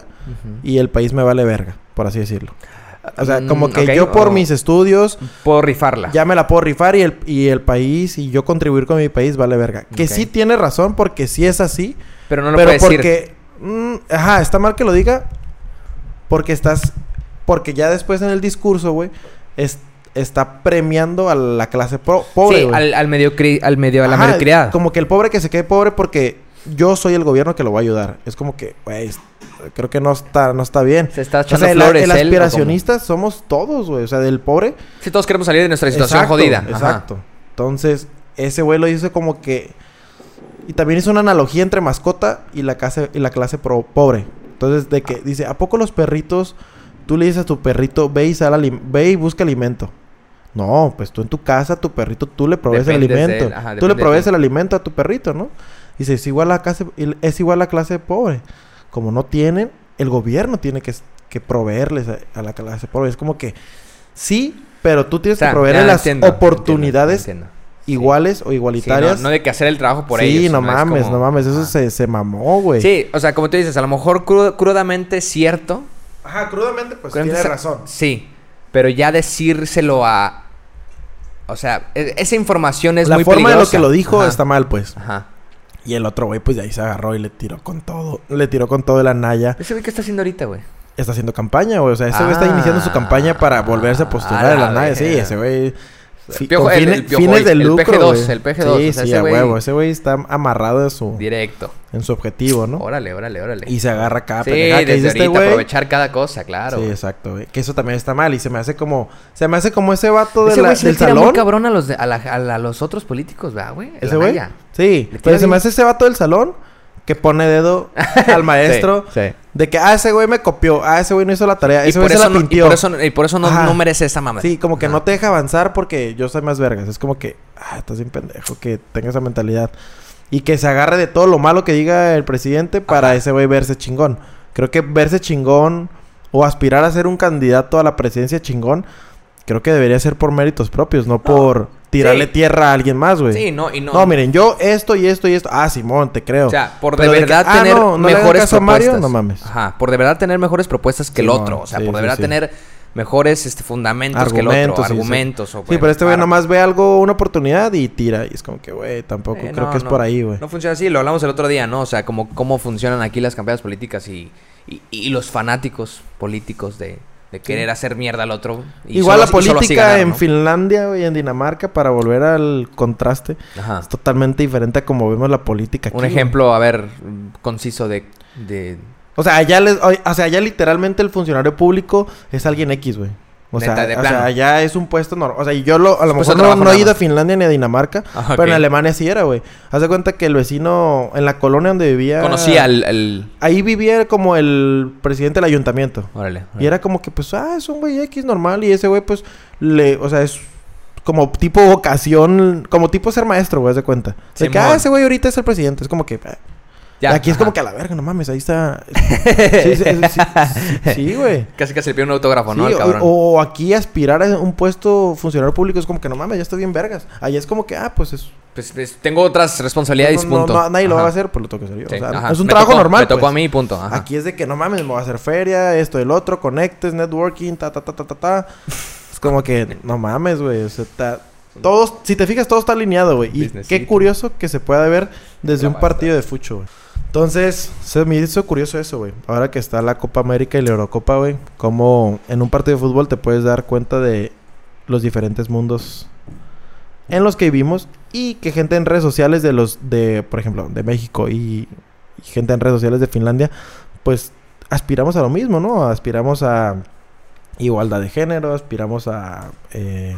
Speaker 2: y el país me vale verga, por así decirlo. O sea, como
Speaker 1: Mm,
Speaker 2: que
Speaker 1: ok,
Speaker 2: yo por
Speaker 1: o-
Speaker 2: mis estudios
Speaker 1: Puedo rifarla.
Speaker 2: ya me la puedo rifar y el, y el país y yo contribuir con mi país vale verga. Que
Speaker 1: Ok.
Speaker 2: sí tiene razón porque sí es así,
Speaker 1: Pero no lo
Speaker 2: pero
Speaker 1: puedes decir.
Speaker 2: porque... mm, ajá, está mal que lo diga porque estás... Porque ya después en el discurso, güey, es- está premiando a la clase pro- pobre,
Speaker 1: sí,
Speaker 2: güey.
Speaker 1: al, al mediocri- al medio, a la
Speaker 2: Ajá,
Speaker 1: mediocridad.
Speaker 2: Como que el pobre que se quede pobre porque yo soy el gobierno que lo va a ayudar. Es como que, güey, es- creo que no está, no está bien.
Speaker 1: Se está
Speaker 2: O sea,
Speaker 1: echando
Speaker 2: el,
Speaker 1: flores. él,
Speaker 2: el
Speaker 1: o como-
Speaker 2: aspiracionista somos todos, güey. O sea, del pobre.
Speaker 1: Si todos queremos salir de nuestra situación
Speaker 2: Exacto,
Speaker 1: jodida. Ajá.
Speaker 2: Exacto. Entonces, ese güey lo hizo como que. Y también hizo una analogía entre mascota y la clase, y la clase pro- pobre. Entonces, de que dice, ¿a poco los perritos? Tú le dices a tu perrito, ve y, sal alim- ve y busca alimento. No, pues tú en tu casa, tu perrito, tú le provees el
Speaker 1: Dependes de él,
Speaker 2: alimento.
Speaker 1: ajá,
Speaker 2: tú
Speaker 1: depende
Speaker 2: le
Speaker 1: de
Speaker 2: provees
Speaker 1: ti.
Speaker 2: el alimento a tu perrito, ¿no? Dice, es igual a la clase, es igual a la clase pobre. Como no tienen, el gobierno tiene que, que proveerles a, a la clase pobre. Es como que sí, pero tú tienes
Speaker 1: O sea,
Speaker 2: que proveerle
Speaker 1: ya
Speaker 2: las
Speaker 1: entiendo,
Speaker 2: oportunidades
Speaker 1: entiendo, entiendo. Sí.
Speaker 2: iguales o
Speaker 1: Sí, no,
Speaker 2: igualitarias.
Speaker 1: no de que hacer el trabajo por
Speaker 2: sí,
Speaker 1: ellos.
Speaker 2: no,
Speaker 1: Es
Speaker 2: mames,
Speaker 1: como-
Speaker 2: no mames. Eso
Speaker 1: Ah.
Speaker 2: se, se mamó, güey.
Speaker 1: Sí, o sea, como tú dices, a lo mejor cru- crudamente es cierto.
Speaker 2: Ajá, crudamente, pues
Speaker 1: Crudamente sa- Sí, pero ya decírselo a... O sea, e- esa información es
Speaker 2: la
Speaker 1: muy
Speaker 2: forma de lo
Speaker 1: peligrosa.
Speaker 2: que lo dijo
Speaker 1: Ajá.
Speaker 2: está mal, pues.
Speaker 1: Ajá.
Speaker 2: Y el otro güey, pues de ahí se agarró y le tiró con todo. Le tiró con todo de la naya.
Speaker 1: Pues ¿Ese güey qué está haciendo ahorita, güey?
Speaker 2: Está haciendo campaña, güey. O sea, ese güey está
Speaker 1: Ah,
Speaker 2: iniciando su campaña para volverse a postular
Speaker 1: a
Speaker 2: de la
Speaker 1: la
Speaker 2: naya. Sí,
Speaker 1: verga.
Speaker 2: ese güey. fi-
Speaker 1: Piojo-
Speaker 2: con
Speaker 1: Ah, el-
Speaker 2: fine-
Speaker 1: el Piojo,
Speaker 2: fines de
Speaker 1: el
Speaker 2: lucro,
Speaker 1: PG2,
Speaker 2: güey.
Speaker 1: el PG2,
Speaker 2: Sí,
Speaker 1: o sea,
Speaker 2: sí,
Speaker 1: ese
Speaker 2: a
Speaker 1: güey-
Speaker 2: huevo. Ese güey está amarrado en su,
Speaker 1: Directo.
Speaker 2: en su objetivo, Oh. ¿no?
Speaker 1: Órale, órale, órale.
Speaker 2: Y se agarra cada
Speaker 1: sí,
Speaker 2: pendejada que
Speaker 1: desde
Speaker 2: dice este
Speaker 1: ahorita
Speaker 2: güey.
Speaker 1: aprovechar cada cosa, claro.
Speaker 2: Sí,
Speaker 1: güey.
Speaker 2: exacto, güey. Que eso también está mal. Y se me hace como... Se me hace como ese vato de
Speaker 1: Ese
Speaker 2: la-
Speaker 1: güey sí le
Speaker 2: del
Speaker 1: tira muy
Speaker 2: salón.
Speaker 1: cabrón a los, de- a la- a la- a los otros políticos, ¿verdad, güey?
Speaker 2: ¿Ese
Speaker 1: La
Speaker 2: güey?
Speaker 1: Naya.
Speaker 2: Sí.
Speaker 1: Le tira
Speaker 2: Pero se
Speaker 1: bien.
Speaker 2: me hace ese vato del salón que pone dedo al maestro.
Speaker 1: Sí, sí.
Speaker 2: De que, ah, ese güey me copió. Ah, ese güey no hizo la tarea.
Speaker 1: Y
Speaker 2: Ese güey
Speaker 1: por,
Speaker 2: se
Speaker 1: eso
Speaker 2: la
Speaker 1: no, y
Speaker 2: pintió.
Speaker 1: por eso, y por eso no,
Speaker 2: Ajá.
Speaker 1: no merece esa mamada.
Speaker 2: Sí, como que
Speaker 1: Ajá.
Speaker 2: no te deja avanzar porque yo soy más vergas. Es como que, ah, estás bien pendejo, que tenga esa mentalidad. Y que se agarre de todo lo malo que diga el presidente para ese güey verse chingón. Creo que verse chingón o aspirar a ser un candidato a la presidencia chingón, creo que debería ser por méritos propios, no, por tirarle
Speaker 1: Sí.
Speaker 2: tierra a alguien más, güey.
Speaker 1: Sí, no, y no.
Speaker 2: No, miren, yo esto y esto y esto. Ah, Simón, te creo.
Speaker 1: O sea, por
Speaker 2: Pero
Speaker 1: de
Speaker 2: que,
Speaker 1: verdad
Speaker 2: ah,
Speaker 1: tener
Speaker 2: no, no le hagan
Speaker 1: mejores
Speaker 2: caso a
Speaker 1: propuestas.
Speaker 2: Mario, no mames.
Speaker 1: Ajá, por de verdad tener mejores propuestas que el
Speaker 2: Sí,
Speaker 1: otro.
Speaker 2: no,
Speaker 1: o sea,
Speaker 2: sí,
Speaker 1: por de
Speaker 2: sí,
Speaker 1: verdad
Speaker 2: sí.
Speaker 1: tener mejores este, fundamentos que el otro.
Speaker 2: sí, sí.
Speaker 1: argumentos.
Speaker 2: Sí,
Speaker 1: o,
Speaker 2: pero este güey
Speaker 1: claro.
Speaker 2: nomás ve algo, una oportunidad y tira. Y es como que, güey, tampoco
Speaker 1: Eh,
Speaker 2: creo
Speaker 1: no,
Speaker 2: que es
Speaker 1: no.
Speaker 2: por ahí, güey.
Speaker 1: No funciona así, lo hablamos el otro día, ¿no? O sea, como cómo funcionan aquí las campañas políticas y, y, y los fanáticos políticos de, de querer hacer mierda al otro. y solo-
Speaker 2: Igual la
Speaker 1: y solo así
Speaker 2: política
Speaker 1: ganar,
Speaker 2: en
Speaker 1: ¿no?
Speaker 2: Finlandia güey, y en Dinamarca, para volver al contraste,
Speaker 1: Ajá.
Speaker 2: es totalmente diferente a como vemos la política aquí.
Speaker 1: Un
Speaker 2: güey.
Speaker 1: ejemplo, a ver, mm, conciso de. de
Speaker 2: O sea, allá les, o o sea, allá literalmente el funcionario público es alguien X, güey. O sea,
Speaker 1: Neta, de
Speaker 2: o
Speaker 1: plano.
Speaker 2: sea, allá es un puesto normal. O sea, y yo lo, a lo
Speaker 1: Pues
Speaker 2: mejor
Speaker 1: otro
Speaker 2: no,
Speaker 1: trabajo
Speaker 2: no he
Speaker 1: nada
Speaker 2: ido a
Speaker 1: más.
Speaker 2: Finlandia ni a Dinamarca,
Speaker 1: Ah,
Speaker 2: pero en
Speaker 1: ok.
Speaker 2: Alemania sí era, güey. Haz de cuenta que el vecino en la colonia donde vivía.
Speaker 1: Conocía al. al-
Speaker 2: Ahí vivía como el presidente del ayuntamiento.
Speaker 1: Órale. órale.
Speaker 2: Y era como que, pues, ah, es un güey X normal. Y ese güey, pues, le, o sea, es como tipo vocación, como tipo ser maestro, güey, haz de cuenta. De que,
Speaker 1: Simón.
Speaker 2: ah, ese güey ahorita es el presidente. Es como que, ah.
Speaker 1: Ya,
Speaker 2: aquí es como
Speaker 1: ajá.
Speaker 2: que a la verga, no mames, ahí está. Sí, sí, sí, sí, sí, güey.
Speaker 1: Casi casi le pide un autógrafo, ¿no?
Speaker 2: Sí,
Speaker 1: Al cabrón.
Speaker 2: o, o aquí aspirar a un puesto funcionario público es como que no mames, ya estoy bien vergas. Allá es como que, ah, pues es.
Speaker 1: Pues, pues, tengo otras responsabilidades, y
Speaker 2: no, no,
Speaker 1: punto.
Speaker 2: no, nadie lo va a
Speaker 1: Ajá.
Speaker 2: hacer, pues lo tengo que hacer yo.
Speaker 1: Sí,
Speaker 2: O sea,
Speaker 1: ajá.
Speaker 2: es un
Speaker 1: Me
Speaker 2: trabajo
Speaker 1: tocó-
Speaker 2: normal.
Speaker 1: Me tocó
Speaker 2: pues.
Speaker 1: a mí, punto. Ajá.
Speaker 2: Aquí es de que no mames, me voy a hacer feria, esto, el otro, conectes, networking, ta, ta, ta, ta, ta, ta. es como que no mames, güey. O sea, ta- todos, si te fijas, todo está alineado, güey. Y
Speaker 1: Businessito.
Speaker 2: qué curioso que se pueda ver desde
Speaker 1: La
Speaker 2: un
Speaker 1: banda.
Speaker 2: partido de fucho, güey. Entonces, se me hizo curioso eso, güey. Ahora que está la Copa América y la Eurocopa, güey. Cómo en un partido de fútbol te puedes dar cuenta de los diferentes mundos en los que vivimos y que gente en redes sociales de los de, por ejemplo, de México y, y gente en redes sociales de Finlandia, pues aspiramos a lo mismo, ¿no? Aspiramos a igualdad de género, aspiramos a eh,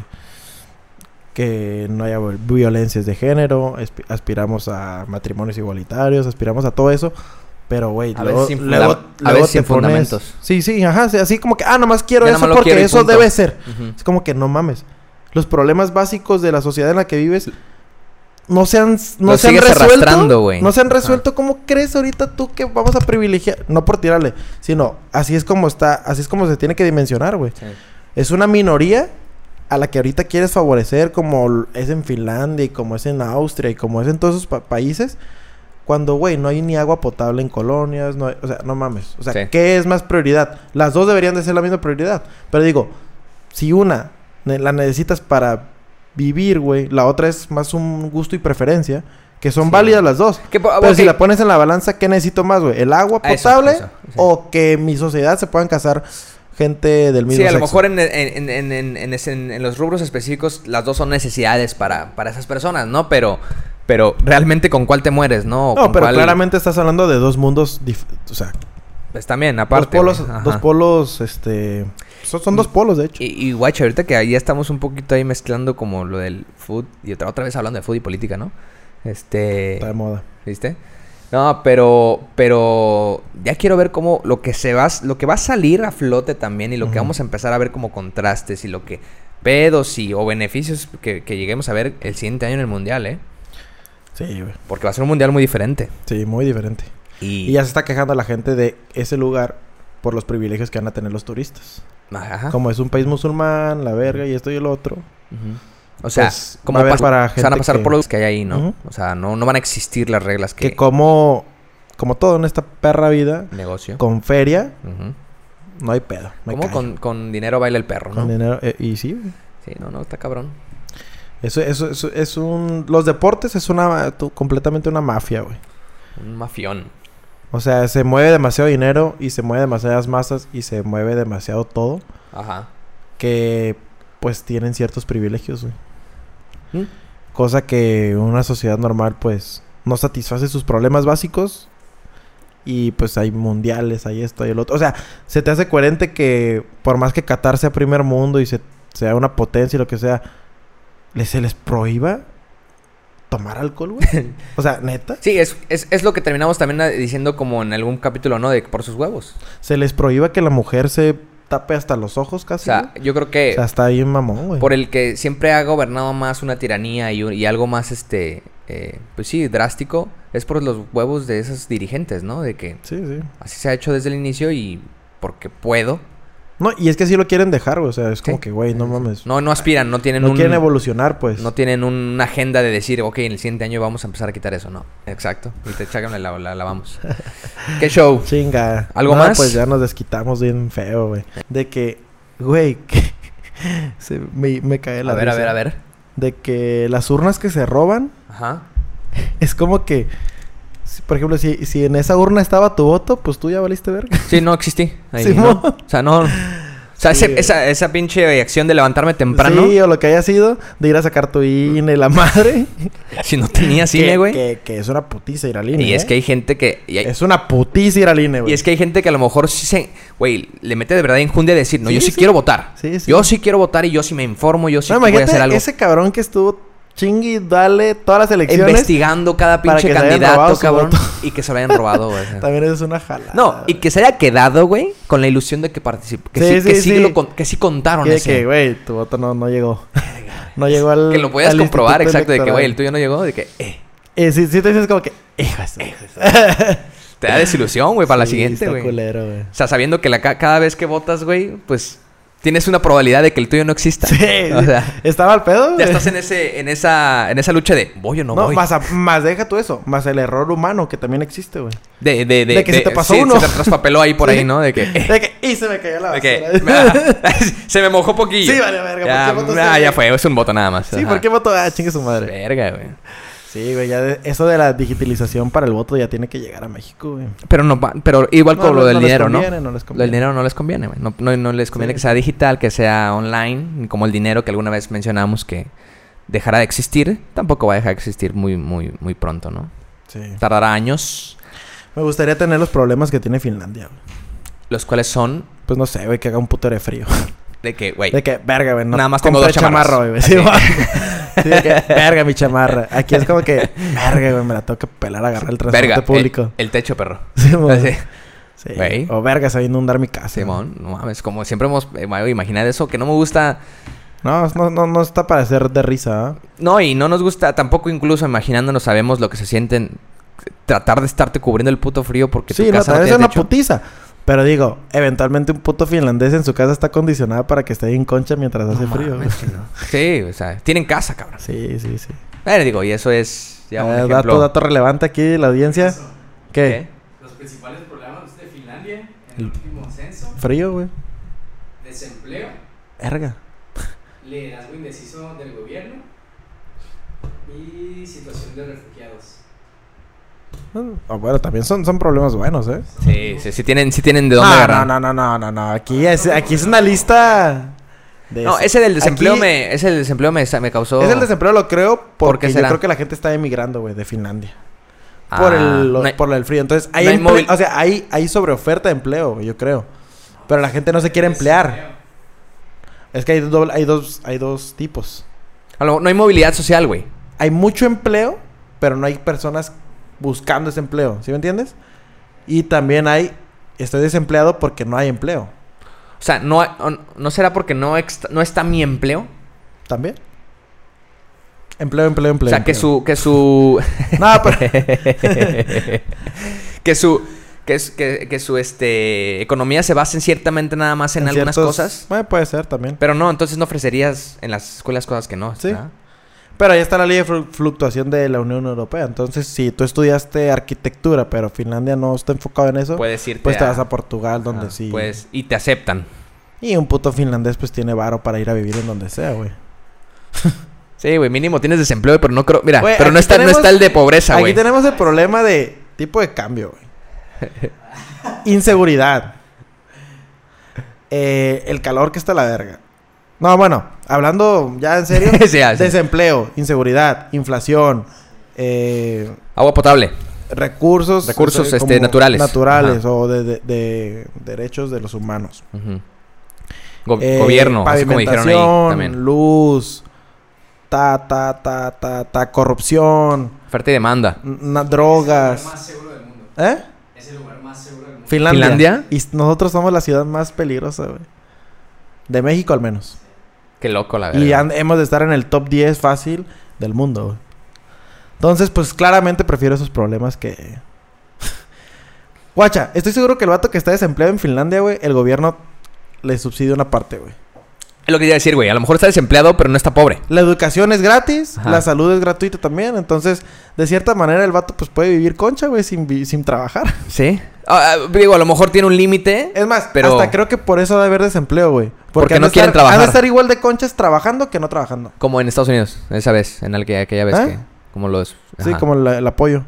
Speaker 2: que no haya viol- violencias de género, aspi- aspiramos a matrimonios igualitarios, aspiramos a todo eso. Pero, güey,
Speaker 1: A
Speaker 2: luego,
Speaker 1: veces sin
Speaker 2: luego-
Speaker 1: funda- a
Speaker 2: luego
Speaker 1: veces sin
Speaker 2: te pones-
Speaker 1: fundamentos.
Speaker 2: Sí, sí, ajá. sí, Así como que, ah, nomás quiero
Speaker 1: Ya
Speaker 2: eso
Speaker 1: nomás lo
Speaker 2: porque
Speaker 1: quiero y
Speaker 2: eso
Speaker 1: punto.
Speaker 2: debe ser.
Speaker 1: Ujú.
Speaker 2: Es como que no mames. Los problemas básicos de la sociedad en la que vives no se han, no
Speaker 1: Los
Speaker 2: se han
Speaker 1: sigues arrastrando,
Speaker 2: resuelto.
Speaker 1: güey.
Speaker 2: No se han
Speaker 1: Ajá.
Speaker 2: resuelto. ¿Cómo crees ahorita tú que vamos a privilegiar? No por tirarle, sino así es como está, así es como se tiene que dimensionar, güey.
Speaker 1: Sí.
Speaker 2: es una minoría a la que ahorita quieres favorecer, como es en Finlandia y como es en Austria y como es en todos esos pa- países, cuando, güey, no hay ni agua potable en colonias, no hay- o sea, no mames. O sea,
Speaker 1: Sí.
Speaker 2: ¿qué es más prioridad? Las dos deberían de ser la misma prioridad. Pero digo, si una ne- la necesitas para vivir, güey, la otra es más un gusto y preferencia, que son
Speaker 1: Sí.
Speaker 2: válidas las dos.
Speaker 1: Que po- ah,
Speaker 2: Pero
Speaker 1: ok.
Speaker 2: si la pones en la balanza, ¿qué necesito más, güey? ¿El agua
Speaker 1: Ah, eso,
Speaker 2: potable
Speaker 1: eso, sí.
Speaker 2: o que en mi sociedad se puedan casar gente del mismo
Speaker 1: Sí, a lo
Speaker 2: sexo?
Speaker 1: mejor en, en- en- en- en- en ese- en- en los rubros específicos las dos son necesidades para, para esas personas, ¿no? Pero, pero realmente con cuál te mueres, ¿no? O
Speaker 2: No,
Speaker 1: con
Speaker 2: pero
Speaker 1: cuál-
Speaker 2: claramente estás hablando de dos mundos, dif- o sea,
Speaker 1: Pues también, aparte.
Speaker 2: dos
Speaker 1: güey.
Speaker 2: polos,
Speaker 1: Ajá.
Speaker 2: dos polos, este, son, son dos polos de hecho.
Speaker 1: Y, y guacha, ahorita que ahí ya estamos un poquito ahí mezclando como lo del food y otra, otra vez hablando de food y política, ¿no? Este...
Speaker 2: Está de moda.
Speaker 1: ¿Viste? No, pero, pero ya quiero ver cómo lo que se va, lo que va a salir a flote también y lo que
Speaker 2: Ujú.
Speaker 1: vamos a empezar a ver como contrastes y lo que pedos y o beneficios que, que lleguemos a ver el siguiente año en el mundial, ¿eh?
Speaker 2: Sí, güey.
Speaker 1: Porque va a ser un mundial muy diferente.
Speaker 2: Sí, muy diferente.
Speaker 1: Y,
Speaker 2: Y ya se está quejando la gente de ese lugar por los privilegios que van a tener los turistas.
Speaker 1: Ajá.
Speaker 2: Como es un país musulmán, la verga y esto y el otro.
Speaker 1: Ujú. O sea,
Speaker 2: Pues,
Speaker 1: como
Speaker 2: va a haber
Speaker 1: pas-
Speaker 2: para
Speaker 1: se van a
Speaker 2: gente
Speaker 1: pasar
Speaker 2: que-
Speaker 1: por los que hay ahí, ¿no?
Speaker 2: Ujú.
Speaker 1: O sea, no, no van a existir las reglas que,
Speaker 2: Que como, como todo en esta perra vida,
Speaker 1: negocio.
Speaker 2: con feria,
Speaker 1: Ujú.
Speaker 2: no hay pedo. Me
Speaker 1: Como
Speaker 2: callo.
Speaker 1: con, con dinero baila el perro,
Speaker 2: Con
Speaker 1: ¿no?
Speaker 2: dinero? eh, y sí, güey.
Speaker 1: Sí, no, no, está cabrón.
Speaker 2: Eso, eso, eso es un... Los deportes es una... tú- completamente una mafia, güey.
Speaker 1: Un mafión.
Speaker 2: O sea, se mueve demasiado dinero y se mueve demasiadas masas y se mueve demasiado todo
Speaker 1: Ajá.
Speaker 2: que pues tienen ciertos privilegios, güey.
Speaker 1: ¿Mm?
Speaker 2: Cosa que una sociedad normal pues no satisface sus problemas básicos y pues hay mundiales, hay esto, hay el otro. O sea, se te hace coherente que por más que Qatar sea primer mundo y se, sea una potencia y lo que sea, ¿les- se les prohíba tomar alcohol, güey. o sea, neta.
Speaker 1: Sí, es, es, es lo que terminamos también eh, diciendo como en algún capítulo, ¿no? De que por sus huevos.
Speaker 2: Se les prohíba que la mujer se tape hasta los ojos
Speaker 1: O
Speaker 2: casi. güey.
Speaker 1: sea, yo creo que
Speaker 2: O sea, está bien mamón, güey.
Speaker 1: por el que siempre ha gobernado más una tiranía y, un- y algo más, este, eh, pues sí, drástico, es por los huevos de esos dirigentes, ¿no? De que
Speaker 2: Sí, sí.
Speaker 1: así se ha hecho desde el inicio y porque puedo.
Speaker 2: No, y es que sí lo quieren dejar, güey. O sea, es como
Speaker 1: Sí.
Speaker 2: que, güey, no mames. No,
Speaker 1: No, no aspiran, no tienen un...
Speaker 2: quieren evolucionar, pues.
Speaker 1: No tienen una agenda de decir, ok, en el siguiente año vamos a empezar a quitar eso. No, exacto. Y te chácame, la, la, la vamos. ¿Qué show?
Speaker 2: Chinga.
Speaker 1: ¿Algo
Speaker 2: No,
Speaker 1: más?
Speaker 2: pues ya nos desquitamos bien feo, güey. De que, güey, que- se- me, me cae la
Speaker 1: A ver, a
Speaker 2: risa.
Speaker 1: ver, a ver.
Speaker 2: De que las urnas que se roban
Speaker 1: Ajá.
Speaker 2: es como que... si- por ejemplo, si, si en esa urna estaba tu voto, pues tú ya valiste verga.
Speaker 1: Sí, no existí. Ahí,
Speaker 2: Simón.
Speaker 1: ¿no? O sea, no. O sea,
Speaker 2: Sí,
Speaker 1: ese-
Speaker 2: güey.
Speaker 1: esa, esa pinche acción de levantarme temprano,
Speaker 2: Sí, o lo que haya sido, de ir a sacar tu INE, la madre.
Speaker 1: si no tenía cine,
Speaker 2: que,
Speaker 1: güey.
Speaker 2: que, que es una putiza ir al INE.
Speaker 1: Y es
Speaker 2: ¿eh?
Speaker 1: que hay gente que. Y, hay-
Speaker 2: Es una putiza ir al INE, güey.
Speaker 1: y es que hay gente que a lo mejor sí se. Güey, le mete de verdad enjundia a decir, no,
Speaker 2: Sí,
Speaker 1: yo sí,
Speaker 2: sí.
Speaker 1: quiero votar.
Speaker 2: Sí, sí.
Speaker 1: Yo sí quiero votar y yo sí me informo, yo sí
Speaker 2: no,
Speaker 1: voy a hacer
Speaker 2: imagínate
Speaker 1: algo.
Speaker 2: ese cabrón que estuvo chingui, dale todas las elecciones.
Speaker 1: Investigando cada
Speaker 2: para
Speaker 1: pinche
Speaker 2: que se hayan
Speaker 1: candidato,
Speaker 2: robado su
Speaker 1: cabrón.
Speaker 2: voto.
Speaker 1: Y que se lo hayan robado, güey.
Speaker 2: También es una jalada.
Speaker 1: No, y que se haya quedado, güey, con la ilusión de que participó. Que sí,
Speaker 2: Sí,
Speaker 1: que
Speaker 2: sí,
Speaker 1: sí,
Speaker 2: sí.
Speaker 1: lo con- que sí contaron
Speaker 2: Y de
Speaker 1: ese.
Speaker 2: que, güey, tu voto no, no llegó. No llegó al.
Speaker 1: eh. que lo puedas
Speaker 2: al
Speaker 1: comprobar, exacto,
Speaker 2: Instituto
Speaker 1: de que, güey, el tuyo
Speaker 2: Electoral.
Speaker 1: no llegó, de que, eh.
Speaker 2: Eh, sí, sí te dices como que. Hijo
Speaker 1: Te da desilusión, güey, Pues, para la siguiente,
Speaker 2: güey.
Speaker 1: güey. O sea, sabiendo que la ca- cada vez que votas, güey, pues tienes una probabilidad de que el tuyo no exista.
Speaker 2: Sí,
Speaker 1: O
Speaker 2: sí.
Speaker 1: sea,
Speaker 2: estaba al pedo.
Speaker 1: ya
Speaker 2: güey.
Speaker 1: estás en ese, en esa, en esa lucha de voy o no,
Speaker 2: No,
Speaker 1: voy.
Speaker 2: más, a- más deja tú eso. Más el error humano que también existe, güey.
Speaker 1: De, de,
Speaker 2: de que se te pasó uno.
Speaker 1: Se te traspapeló ahí por
Speaker 2: Sí.
Speaker 1: ahí, ¿no? De que. eh,
Speaker 2: De que. Y se me cayó la
Speaker 1: de que- ah,
Speaker 2: basura.
Speaker 1: se me mojó poquillo.
Speaker 2: Sí, vale, verga,
Speaker 1: Ya,
Speaker 2: ¿por qué votaste,
Speaker 1: ah,
Speaker 2: güey?
Speaker 1: ya fue, es un voto nada más.
Speaker 2: Sí,
Speaker 1: Ajá.
Speaker 2: ¿por qué voto? Ah, chingue su madre.
Speaker 1: Verga, güey.
Speaker 2: Sí, güey, ya de- eso de la digitalización para el voto ya tiene que llegar a México, güey.
Speaker 1: Pero no, pa- pero igual
Speaker 2: No,
Speaker 1: con
Speaker 2: no-
Speaker 1: lo del
Speaker 2: no les
Speaker 1: dinero,
Speaker 2: conviene,
Speaker 1: ¿no?
Speaker 2: no les
Speaker 1: Lo del
Speaker 2: conviene.
Speaker 1: dinero no les conviene, güey. No, no, no les conviene
Speaker 2: Sí.
Speaker 1: que sea digital, que sea online, como el dinero que alguna vez mencionamos que dejará de existir. Tampoco va a dejar de existir muy, muy, muy pronto, ¿no?
Speaker 2: Sí.
Speaker 1: Tardará años,
Speaker 2: Me gustaría tener los problemas que tiene Finlandia, güey.
Speaker 1: los cuales son
Speaker 2: Pues no sé, güey, que haga un putero de frío.
Speaker 1: de que, güey,
Speaker 2: De que, verga, güey, no.
Speaker 1: Nada más tengo
Speaker 2: compré
Speaker 1: dos chamarras.
Speaker 2: chamarra, güey.
Speaker 1: Así.
Speaker 2: Sí, güey. Sí, de que, verga, mi chamarra. Aquí es como que, verga, güey, me la tengo que pelar, agarrar el transporte
Speaker 1: verga, eh. el-
Speaker 2: público.
Speaker 1: El, techo, perro.
Speaker 2: Sí, güey.
Speaker 1: Así,
Speaker 2: Sí.
Speaker 1: Güey.
Speaker 2: O verga, se va a inundar mi casa.
Speaker 1: Simón, no mames, como siempre hemos eh, imaginado eso, que no me gusta
Speaker 2: No, no, no, no está para hacer de risa, ¿ah?
Speaker 1: No, y no nos gusta, tampoco incluso imaginándonos sabemos lo que se sienten tratar de estarte cubriendo el puto frío porque
Speaker 2: Sí,
Speaker 1: tu
Speaker 2: no,
Speaker 1: casa no,
Speaker 2: también es
Speaker 1: tiene
Speaker 2: una
Speaker 1: techo.
Speaker 2: putiza. Pero digo, eventualmente un puto finlandés en su casa está condicionada para que esté ahí en concha mientras hace frío. güey.
Speaker 1: Sí, o sea, tienen casa, cabrón.
Speaker 2: Sí, sí, sí.
Speaker 1: Bueno, digo, y eso es ya un
Speaker 2: Eh,
Speaker 1: ejemplo.
Speaker 2: dato, dato relevante aquí de la audiencia.
Speaker 3: Eso.
Speaker 2: ¿Qué?
Speaker 3: Los principales problemas de Finlandia en el último censo,
Speaker 2: Frío, güey.
Speaker 3: desempleo,
Speaker 2: Erga.
Speaker 3: liderazgo indeciso del gobierno y situación de refugiados.
Speaker 2: Ah, bueno, también son, son problemas buenos, ¿eh?
Speaker 1: Sí, sí, sí tienen, sí tienen de dónde
Speaker 2: No, no,
Speaker 1: agarrar.
Speaker 2: no, no, no, no, no. Aquí es, aquí es una lista. de-
Speaker 1: No, ese del desempleo
Speaker 2: Aquí-
Speaker 1: me, ese del desempleo me, sa- me causó.
Speaker 2: Es el desempleo, lo creo,
Speaker 1: ¿Por
Speaker 2: porque
Speaker 1: qué
Speaker 2: yo
Speaker 1: será?
Speaker 2: creo que la gente está emigrando, güey, de Finlandia.
Speaker 1: Ah,
Speaker 2: por, el,
Speaker 1: no hay-
Speaker 2: por el frío. Entonces, hay,
Speaker 1: no hay
Speaker 2: emple-
Speaker 1: móvil.
Speaker 2: o sea, hay, hay sobreoferta de empleo, yo creo. Pero la gente no se quiere emplear.
Speaker 3: Desempleo.
Speaker 2: Es que hay, doble- hay, dos, hay dos tipos.
Speaker 1: a lo- no hay movilidad social, güey.
Speaker 2: Hay mucho empleo, pero no hay personas buscando ese empleo. ¿Sí me entiendes? Y también hay, estoy desempleado porque no hay empleo.
Speaker 1: O sea, no, ha- o- no será porque no, ext- no está mi empleo.
Speaker 2: También. Empleo, empleo, empleo.
Speaker 1: o sea, que
Speaker 2: empleo.
Speaker 1: su, que su,
Speaker 2: No, pero...
Speaker 1: que su, que, su- que, que su, este, economía se base en ciertamente nada más en, algunas
Speaker 2: ciertos-
Speaker 1: cosas.
Speaker 2: Bueno, puede ser también.
Speaker 1: Pero no, entonces no ofrecerías en las escuelas cosas que no.
Speaker 2: Sí.
Speaker 1: ¿verdad?
Speaker 2: Pero ahí está la ley de flu- fluctuación de la Unión Europea. Entonces, si tú estudiaste arquitectura, pero Finlandia no está enfocado en eso,
Speaker 1: Puedes irte
Speaker 2: pues te
Speaker 1: a-
Speaker 2: vas a Portugal, donde
Speaker 1: ah,
Speaker 2: sí.
Speaker 1: Pues, y te aceptan.
Speaker 2: Y un puto finlandés, pues tiene varo para ir a vivir en donde sea, güey.
Speaker 1: Sí, güey, mínimo tienes desempleo, pero no creo. Mira,
Speaker 2: Güey,
Speaker 1: pero no
Speaker 2: aquí
Speaker 1: está, no
Speaker 2: tenemos-
Speaker 1: está el de pobreza,
Speaker 2: Aquí
Speaker 1: güey.
Speaker 2: tenemos el problema de tipo de cambio, güey. Inseguridad. Eh, el calor que está la verga. No, bueno, hablando ya en serio,
Speaker 1: Sí, ya, sí.
Speaker 2: desempleo, inseguridad, inflación, eh,
Speaker 1: Agua potable.
Speaker 2: recursos
Speaker 1: Recursos,
Speaker 2: o sea,
Speaker 1: este,
Speaker 2: como
Speaker 1: naturales.
Speaker 2: naturales
Speaker 1: Ajá.
Speaker 2: o de, de- de derechos de los humanos
Speaker 1: Ujú. Go-
Speaker 2: Eh,
Speaker 1: gobierno, así como dijeron ahí
Speaker 2: pavimentación,
Speaker 1: también.
Speaker 2: luz ta ta ta ta ta corrupción
Speaker 1: Oferta y demanda.
Speaker 2: n- na-
Speaker 3: Es el lugar
Speaker 2: drogas
Speaker 3: más seguro del mundo.
Speaker 2: ¿eh?
Speaker 3: Es el lugar más seguro del mundo.
Speaker 2: Finlandia.
Speaker 1: ¿Finlandia?
Speaker 2: y s- nosotros somos la ciudad más peligrosa güey. de México al menos
Speaker 1: Qué loco, la verdad.
Speaker 2: y han- hemos de estar en el top 10 fácil del mundo güey. entonces pues claramente prefiero esos problemas que Guacha, estoy seguro que el vato que está desempleado en Finlandia, güey, el gobierno le subsidia una parte, güey.
Speaker 1: Es lo que quería decir, güey. A lo mejor está desempleado, pero no está pobre.
Speaker 2: La educación es gratis,
Speaker 1: Ajá.
Speaker 2: la salud es gratuita también, entonces, de cierta manera el vato pues puede vivir concha, güey, sin, vi- sin trabajar.
Speaker 1: Sí. Ah, ah, digo, a lo mejor tiene un límite.
Speaker 2: Es más,
Speaker 1: Pero-
Speaker 2: hasta creo que por eso debe haber desempleo, güey.
Speaker 1: Porque
Speaker 2: han
Speaker 1: no
Speaker 2: de
Speaker 1: quieren
Speaker 2: estar- han de
Speaker 1: trabajar.
Speaker 2: estar igual de conchas trabajando que no trabajando.
Speaker 1: Como en Estados Unidos, esa vez, en la que aquella vez
Speaker 2: ¿Ah?
Speaker 1: que. Como los.
Speaker 2: Sí,
Speaker 1: ajá.
Speaker 2: como la- el apoyo.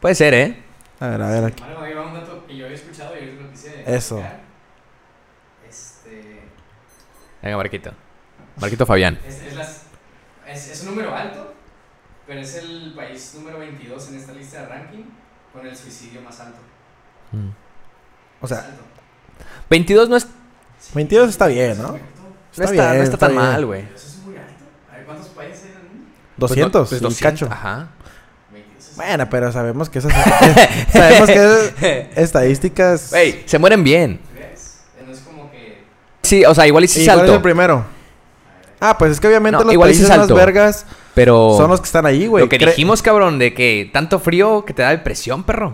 Speaker 1: Puede ser, ¿eh?
Speaker 2: A ver, a ver, aquí.
Speaker 3: Sin embargo, ahí va un dato que yo había escuchado y yo lo quise.
Speaker 2: Eso.
Speaker 3: explicar. Este.
Speaker 1: Venga, Marquito. Marquito Fabián.
Speaker 3: Es, es, las- es- es un número alto, pero es el país número 22 en esta lista de ranking con el suicidio más alto.
Speaker 1: Mm.
Speaker 2: O
Speaker 3: Más
Speaker 2: sea,
Speaker 3: alto.
Speaker 1: 22 no, es,
Speaker 2: 22 está bien, ¿no?
Speaker 1: no está, no está tan mal, güey.
Speaker 3: 22 es muy alto. A ver, ¿cuántos países hay en el mundo?
Speaker 1: Pues no-
Speaker 2: 200,
Speaker 1: pues
Speaker 2: y
Speaker 1: 200,
Speaker 2: cacho.
Speaker 1: Ajá.
Speaker 3: 22 es-
Speaker 2: Bueno, pero sabemos que esas sabemos que esas estadísticas
Speaker 1: Ey, se mueren bien.
Speaker 3: ¿Ves? Eh, No es como que.
Speaker 1: Sí, o sea, igual y sí
Speaker 2: Igual es
Speaker 1: salto.
Speaker 2: el primero. Ah, pues es que obviamente
Speaker 1: No,
Speaker 2: los
Speaker 1: igual y sí Oh.
Speaker 2: países más
Speaker 1: salto.
Speaker 2: vergas
Speaker 1: Pero.
Speaker 2: son los que están ahí, güey.
Speaker 1: Lo que
Speaker 2: Cre-
Speaker 1: dijimos, cabrón, de que tanto frío que te da depresión, perro.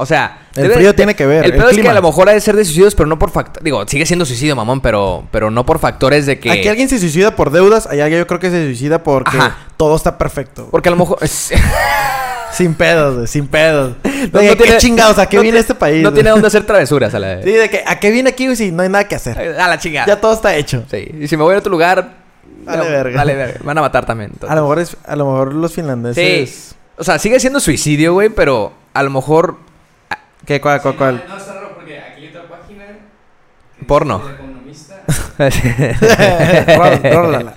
Speaker 1: O sea,
Speaker 2: El
Speaker 1: debe-
Speaker 2: frío tiene que ver,
Speaker 1: El,
Speaker 2: el
Speaker 1: pedo es que
Speaker 2: clima.
Speaker 1: a lo mejor ha de ser de suicidios, pero no por factores. Digo, sigue siendo suicidio, mamón, pero, pero no por factores de que.
Speaker 2: Aquí alguien se suicida por deudas, allá yo creo que se suicida porque
Speaker 1: Ajá.
Speaker 2: todo está perfecto. güey.
Speaker 1: Porque a lo mejor.
Speaker 2: Sin pedos, güey, sin pedos.
Speaker 1: No,
Speaker 2: Oye,
Speaker 1: no
Speaker 2: ¿qué
Speaker 1: tiene-
Speaker 2: chingados? ¿A qué
Speaker 1: no
Speaker 2: viene
Speaker 1: ti-
Speaker 2: este país?
Speaker 1: No
Speaker 2: güey?
Speaker 1: tiene dónde hacer travesuras a la.
Speaker 2: Sí, de que ¿a qué viene aquí güey, si no hay nada que hacer?
Speaker 1: A la chingada.
Speaker 2: Ya todo está hecho.
Speaker 1: Sí. Y si me voy a otro lugar.
Speaker 2: Dale
Speaker 1: no,
Speaker 2: verga.
Speaker 1: Dale verga. Me Van a matar también.
Speaker 2: A lo mejor es- a lo mejor los finlandeses
Speaker 1: Sí. O sea, sigue siendo suicidio, güey, pero a lo mejor.
Speaker 2: ¿Qué cuál cuál
Speaker 3: Sí,
Speaker 2: cuál?
Speaker 3: No, no, está raro porque aquí hay otra página. que dice
Speaker 1: Porno.
Speaker 3: El economista.
Speaker 2: Rol- rólala.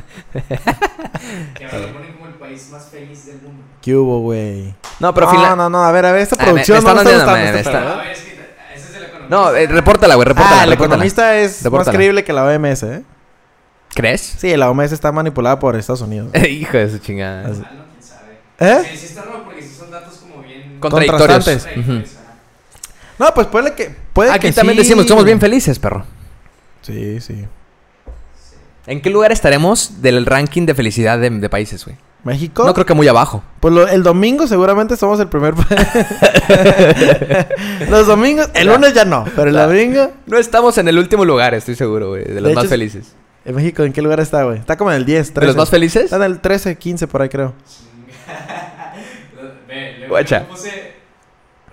Speaker 3: Que ahora lo ponen como el país más feliz del mundo.
Speaker 2: ¿Qué hubo, güey?
Speaker 1: no, pero
Speaker 2: no,
Speaker 1: Finlandia.
Speaker 2: no, no, a ver, a ver, esta
Speaker 1: Ah, me- me
Speaker 2: producción
Speaker 1: están
Speaker 2: no me está
Speaker 1: odiando,
Speaker 2: gustando
Speaker 1: me-
Speaker 2: este
Speaker 1: me
Speaker 2: pedo,
Speaker 1: está-
Speaker 2: ¿eh?
Speaker 3: No, es que ese es el economista.
Speaker 1: No, eh, repórtala, güey, repórtala.
Speaker 2: Ah, el
Speaker 1: repórtala.
Speaker 2: economista es
Speaker 1: Repórtala.
Speaker 2: más creíble que la OMS, ¿eh?
Speaker 1: ¿Crees?
Speaker 2: Sí, la OMS está manipulada por Estados Unidos.
Speaker 1: Hijo de su chingada.
Speaker 2: Así.
Speaker 3: Ah, no, quién sabe.
Speaker 2: ¿Eh?
Speaker 3: Sí, sí está raro porque sí son datos como bien...
Speaker 1: Contradictorios.
Speaker 2: Contrastantes.
Speaker 1: Ujú.
Speaker 3: Contradictorios, ajá.
Speaker 2: No, pues puede que puede
Speaker 1: Aquí
Speaker 2: que
Speaker 1: también
Speaker 2: sí.
Speaker 1: decimos, somos bien felices, perro.
Speaker 2: Sí, sí.
Speaker 3: Sí.
Speaker 1: ¿En qué lugar estaremos del ranking de felicidad de, de países, güey?
Speaker 2: México.
Speaker 1: No creo que muy abajo.
Speaker 2: Pues lo- el domingo seguramente somos el primer país. Los domingos, el
Speaker 1: Claro.
Speaker 2: lunes ya no, pero el
Speaker 1: Claro.
Speaker 2: domingo.
Speaker 1: No estamos en el último lugar, estoy seguro, güey. De los
Speaker 2: De
Speaker 1: más
Speaker 2: hecho,
Speaker 1: felices.
Speaker 2: ¿En México en qué lugar está, güey? Está como en el 10, 13.
Speaker 1: ¿De los más felices?
Speaker 2: Está en el 13, 15 por ahí creo.
Speaker 3: Ve, le-
Speaker 1: Guacha.
Speaker 3: le puse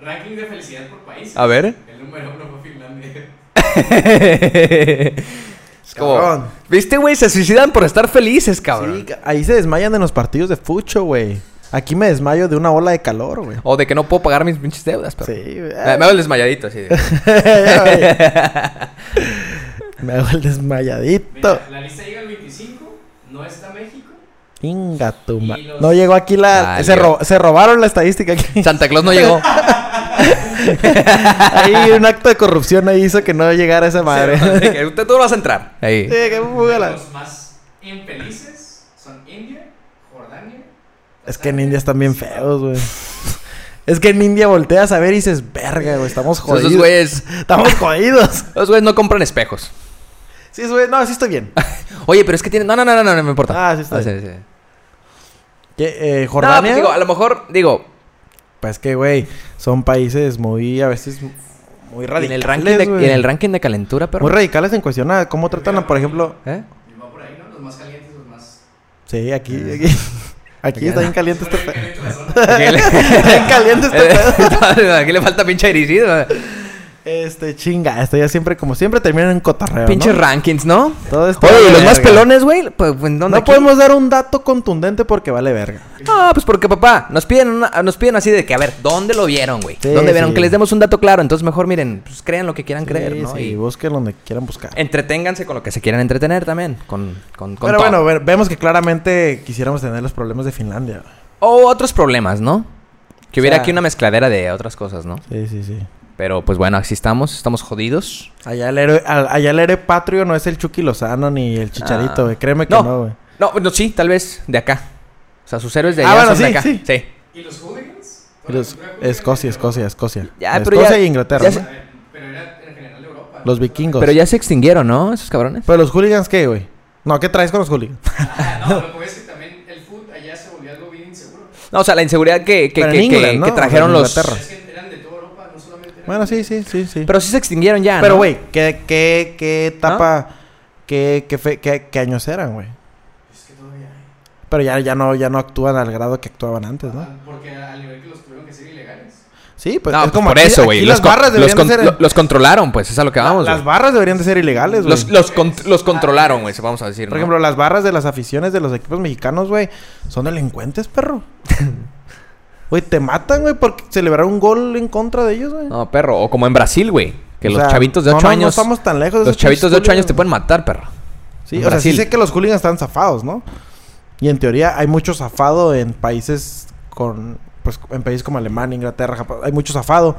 Speaker 3: ranking de felicidad por país.
Speaker 1: A ver.
Speaker 3: El número uno fue Finlandia.
Speaker 1: es como.
Speaker 2: Cabrón.
Speaker 1: ¿Viste, güey? Se suicidan por estar felices, cabrón.
Speaker 2: Sí, ca- ahí se desmayan en los partidos de fucho, güey. Aquí me desmayo de una ola de calor, güey.
Speaker 1: O de que no puedo pagar mis pinches deudas, pero.
Speaker 2: Sí, güey.
Speaker 1: Me, me hago el desmayadito así. de-
Speaker 2: Me hago el desmayadito.
Speaker 3: Mira, la lista llega al 25, no está México.
Speaker 2: Inga tu ma-
Speaker 3: Y los-
Speaker 2: No llegó aquí la.
Speaker 1: Valió.
Speaker 2: Se, ro- se robaron la estadística aquí.
Speaker 1: Santa Claus no llegó.
Speaker 2: Ahí un acto de corrupción ahí hizo que no llegara esa madre.
Speaker 1: Sí, que Usted tú vas a entrar. Ahí.
Speaker 2: Sí, qué fúgala.
Speaker 3: Los más infelices son India, Jordania.
Speaker 2: Es que en India están bien feos, güey. Es que en India volteas a ver y dices, verga, güey, estamos
Speaker 1: Esos
Speaker 2: jodidos.
Speaker 1: güeyes.
Speaker 2: Estamos jodidos.
Speaker 1: Esos güeyes no compran espejos.
Speaker 2: Sí, güey, no, sí estoy bien.
Speaker 1: Oye, pero es que tienen. No, no, no, no, no, no me importa.
Speaker 2: Ah, sí está
Speaker 1: Ah,
Speaker 2: bien.
Speaker 1: sí, sí.
Speaker 2: ¿Qué, eh,
Speaker 1: No,
Speaker 2: Jordania.
Speaker 1: pues digo, a lo mejor, digo,
Speaker 2: Pues que, güey, son países muy, a veces, muy
Speaker 1: y
Speaker 2: radicales.
Speaker 1: en el ranking de,
Speaker 2: güey.
Speaker 1: y en el ranking de calentura, pero.
Speaker 2: Muy radicales en cuestión a cómo tratan, a, por ejemplo.
Speaker 1: ¿Eh?
Speaker 3: Y va por ahí, ¿no? Los más calientes, los más.
Speaker 2: Sí, aquí,
Speaker 1: Eh.
Speaker 2: aquí. Aquí está bien caliente este
Speaker 3: Bueno,
Speaker 2: pedo.
Speaker 3: caliente la zona.
Speaker 1: Aquí le-
Speaker 2: Está bien caliente este
Speaker 1: Eh.
Speaker 2: pedo.
Speaker 1: Aquí le falta pinche ericido.
Speaker 2: Este, chinga, esto ya siempre, como siempre, terminan en cotarreo.
Speaker 1: Pinches
Speaker 2: ¿no?
Speaker 1: rankings, ¿no?
Speaker 2: Todo esto
Speaker 1: Oye,
Speaker 2: vale
Speaker 1: ¿y los más
Speaker 2: verga.
Speaker 1: pelones, güey? Pues, ¿en dónde
Speaker 2: No
Speaker 1: aquí?
Speaker 2: podemos dar un dato contundente porque vale verga.
Speaker 1: Ah, pues porque papá, nos piden una- nos piden así de que, a ver, ¿dónde lo vieron, güey?
Speaker 2: Sí,
Speaker 1: ¿Dónde vieron?
Speaker 2: sí.
Speaker 1: Que les demos un dato claro, entonces mejor miren, pues crean lo que quieran creer,
Speaker 2: Sí,
Speaker 1: ¿no?
Speaker 2: sí,
Speaker 1: Y
Speaker 2: busquen donde quieran buscar.
Speaker 1: entreténganse con lo que se quieran entretener también, con, con, Eh, con
Speaker 2: Pero
Speaker 1: todo.
Speaker 2: bueno, ve- vemos que claramente quisiéramos tener los problemas de Finlandia.
Speaker 1: O otros problemas, ¿no? Que hubiera
Speaker 2: O sea-
Speaker 1: aquí una mezcladera de otras cosas, ¿no?
Speaker 2: Sí, sí, sí.
Speaker 1: Pero pues bueno, así estamos, estamos jodidos.
Speaker 2: Allá el héroe, al- allá el héroe patrio no es el Chucky Lozano ni el Chicharito,
Speaker 1: Ah.
Speaker 2: güey. Créeme que
Speaker 1: No.
Speaker 2: no, güey.
Speaker 1: No, no, sí, tal vez de acá. O sea, sus héroes de
Speaker 2: Ah,
Speaker 1: allá
Speaker 2: bueno,
Speaker 1: son de
Speaker 2: sí,
Speaker 1: acá.
Speaker 2: sí.
Speaker 1: sí.
Speaker 3: ¿Y los hooligans? Toda la
Speaker 2: Los-
Speaker 3: cultura hooligan
Speaker 2: Escocia,
Speaker 3: de
Speaker 2: Escocia,
Speaker 3: Europa.
Speaker 2: Escocia.
Speaker 1: Ya, pero ya-
Speaker 2: Escocia e Inglaterra.
Speaker 1: ya
Speaker 2: ¿no?
Speaker 1: se-
Speaker 3: A ver, Pero era en general de Europa.
Speaker 2: Los vikingos.
Speaker 1: Pero ya se extinguieron, ¿no? Esos cabrones.
Speaker 2: Pero los hooligans, ¿qué, güey? No, ¿qué traes con los hooligans?
Speaker 3: Ah, no, lo que pasa es que también el foot allá se volvió algo bien inseguro.
Speaker 1: No, o sea, la inseguridad que, que,
Speaker 2: Pero
Speaker 1: que,
Speaker 2: en England,
Speaker 1: que-
Speaker 2: ¿no?
Speaker 1: que
Speaker 2: O
Speaker 1: trajeron
Speaker 2: sea, en
Speaker 1: los...
Speaker 2: Inglaterra.
Speaker 3: Es que eran de toda Europa, no solamente eran
Speaker 2: Bueno, sí, sí, sí, sí.
Speaker 1: Pero Ah. sí se extinguieron ya,
Speaker 2: Pero,
Speaker 1: ¿no? ¿Ah?
Speaker 2: güey, ¿qué, qué, qué etapa, qué, qué, fe- qué- qué años eran, güey?
Speaker 3: Es que todavía hay.
Speaker 2: Pero ya, ya, no, ya no actúan al grado que actuaban antes, ¿no?
Speaker 3: Ah, Porque al nivel que los tuvieron que ser ilegales.
Speaker 2: Sí, pues
Speaker 1: No,
Speaker 2: es
Speaker 1: pues
Speaker 2: como
Speaker 1: por
Speaker 2: aquí-
Speaker 1: eso, güey.
Speaker 2: aquí
Speaker 1: Los,
Speaker 2: las
Speaker 1: con-
Speaker 2: barras
Speaker 1: los
Speaker 2: deberían
Speaker 1: con-
Speaker 2: de ser...
Speaker 1: lo- los controlaron, pues, es a lo que vamos,
Speaker 2: las
Speaker 1: güey.
Speaker 2: barras deberían de ser ilegales, güey.
Speaker 1: Los, los, cont- los controlaron, güey, se vamos a decir.
Speaker 2: Por
Speaker 1: ¿no?
Speaker 2: ejemplo, las barras de las aficiones de los equipos mexicanos, güey, son delincuentes, perro. Güey, te matan, güey, por celebrar un gol en contra de ellos, güey.
Speaker 1: No, perro. O como en Brasil, güey. Que
Speaker 2: O
Speaker 1: los
Speaker 2: sea,
Speaker 1: chavitos de
Speaker 2: no,
Speaker 1: 8
Speaker 2: no,
Speaker 1: años.
Speaker 2: No estamos tan lejos.
Speaker 1: los
Speaker 2: esos
Speaker 1: chavitos de 8 años
Speaker 2: hooligans,
Speaker 1: te pueden matar, perro.
Speaker 2: güey. Sí,
Speaker 1: en
Speaker 2: o sea, sí
Speaker 1: Brasil.
Speaker 2: sé que los hooligans están zafados, ¿no? Y en teoría hay mucho zafado en países con. Pues en países como Alemania, Inglaterra, Japón. Hay mucho zafado.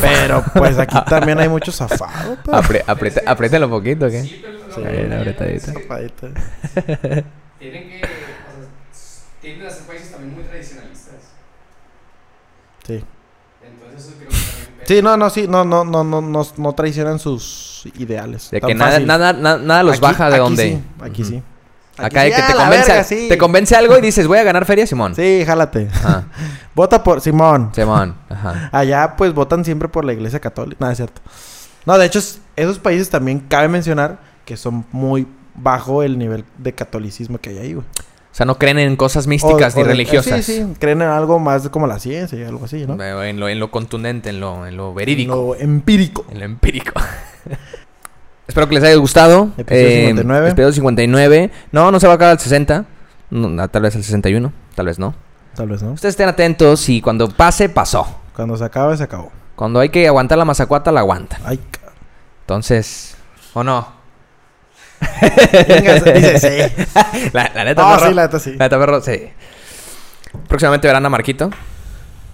Speaker 2: Pero pues aquí también hay mucho zafado, pues. perro.
Speaker 1: Apre, aprieta- apriétalo un poquito, ¿qué?
Speaker 3: Sí, pero lo
Speaker 1: Sí,
Speaker 3: que
Speaker 1: la
Speaker 3: allá
Speaker 1: apretadita.
Speaker 3: es que
Speaker 2: Zapadito.
Speaker 3: Tienen que. O sea, tienden a ser países también muy tradicionalistas.
Speaker 2: Sí.
Speaker 3: Entonces, eso creo que también. pega.
Speaker 2: Sí, no, no, sí, no, no, no, no, no, no traicionan sus ideales.
Speaker 1: De
Speaker 2: tan
Speaker 1: que nada,
Speaker 2: fácil.
Speaker 1: nada, nada, nada los
Speaker 2: Aquí-
Speaker 1: baja de
Speaker 2: aquí
Speaker 1: donde.
Speaker 2: sí, aquí
Speaker 1: Ujú.
Speaker 2: sí.
Speaker 1: Acá
Speaker 2: Aquí
Speaker 1: de
Speaker 2: sí,
Speaker 1: que
Speaker 2: ah,
Speaker 1: te
Speaker 2: la
Speaker 1: convence,
Speaker 2: verga, sí.
Speaker 1: te convence algo y dices, voy a ganar feria, Simón.
Speaker 2: Sí, jálate.
Speaker 1: Ajá,
Speaker 2: Vota por Simón.
Speaker 1: Simón. Ajá.
Speaker 2: Allá pues votan siempre por la Iglesia Católica. Nada, es cierto. No, de hecho, es- esos países también cabe mencionar que son muy bajo el nivel de catolicismo que hay ahí, güey.
Speaker 1: O sea, no creen en cosas
Speaker 2: O-
Speaker 1: místicas
Speaker 2: o
Speaker 1: ni
Speaker 2: de-
Speaker 1: religiosas.
Speaker 2: Sí, sí, creen en algo más como la ciencia y algo así, ¿no?
Speaker 1: Eh, En, lo, en lo contundente, en lo, en lo verídico,
Speaker 2: Lo empírico.
Speaker 1: en lo empírico. Espero que les haya gustado. Eh,
Speaker 2: Episodio 59.
Speaker 1: Episodio 59. No, no se va a acabar al 60. No, tal vez al 61, tal vez no.
Speaker 2: Tal vez, ¿no?
Speaker 1: Ustedes estén atentos y cuando pase, pasó.
Speaker 2: Cuando se acaba, se acabó.
Speaker 1: Cuando hay que aguantar la mazacuata, la aguantan.
Speaker 2: Ay, ca-
Speaker 1: Entonces, ¿o no?
Speaker 2: Venga, dice sí.
Speaker 1: La, la neta,
Speaker 2: Ah,
Speaker 1: perro.
Speaker 2: sí, la neta sí.
Speaker 1: La neta, perro, sí. Próximamente verán a Marquito.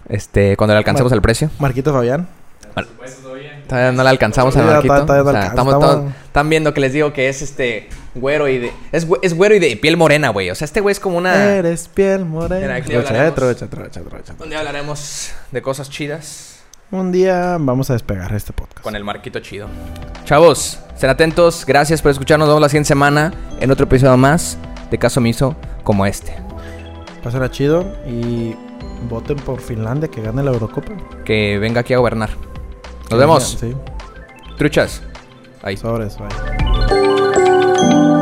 Speaker 1: Este, cuando le alcancemos
Speaker 2: Mar-
Speaker 1: el precio.
Speaker 2: Marquito Fabián.
Speaker 3: Por supuesto, todavía.
Speaker 1: Todavía no le alcanzamos a
Speaker 2: Todavía-
Speaker 1: Marquito.
Speaker 2: todavía no
Speaker 1: O sea,
Speaker 2: alcanza,
Speaker 1: estamos,
Speaker 2: estamos-
Speaker 1: estamos- están viendo que les digo que es este güero y de. Es, güe- es güero y de piel morena, güey. O sea, este güey es como una.
Speaker 2: Eres piel morena.
Speaker 1: Mira, aquí
Speaker 2: Trocha, eh,
Speaker 1: hablaremos.
Speaker 2: trocha, trocha, trocha.
Speaker 1: Donde hablaremos de cosas chidas
Speaker 2: Un día vamos a despegar este podcast.
Speaker 1: con el Marquito chido. Chavos, estén atentos. Gracias por escucharnos. Nos vemos la siguiente semana en otro episodio más de Caso Miso como este.
Speaker 2: Pásenla chido y voten por Finlandia que gane la Eurocopa.
Speaker 1: Que venga aquí a gobernar. Nos
Speaker 2: Sí,
Speaker 1: vemos.
Speaker 2: Sí.
Speaker 1: Truchas. Ahí.
Speaker 2: Sobres, bye.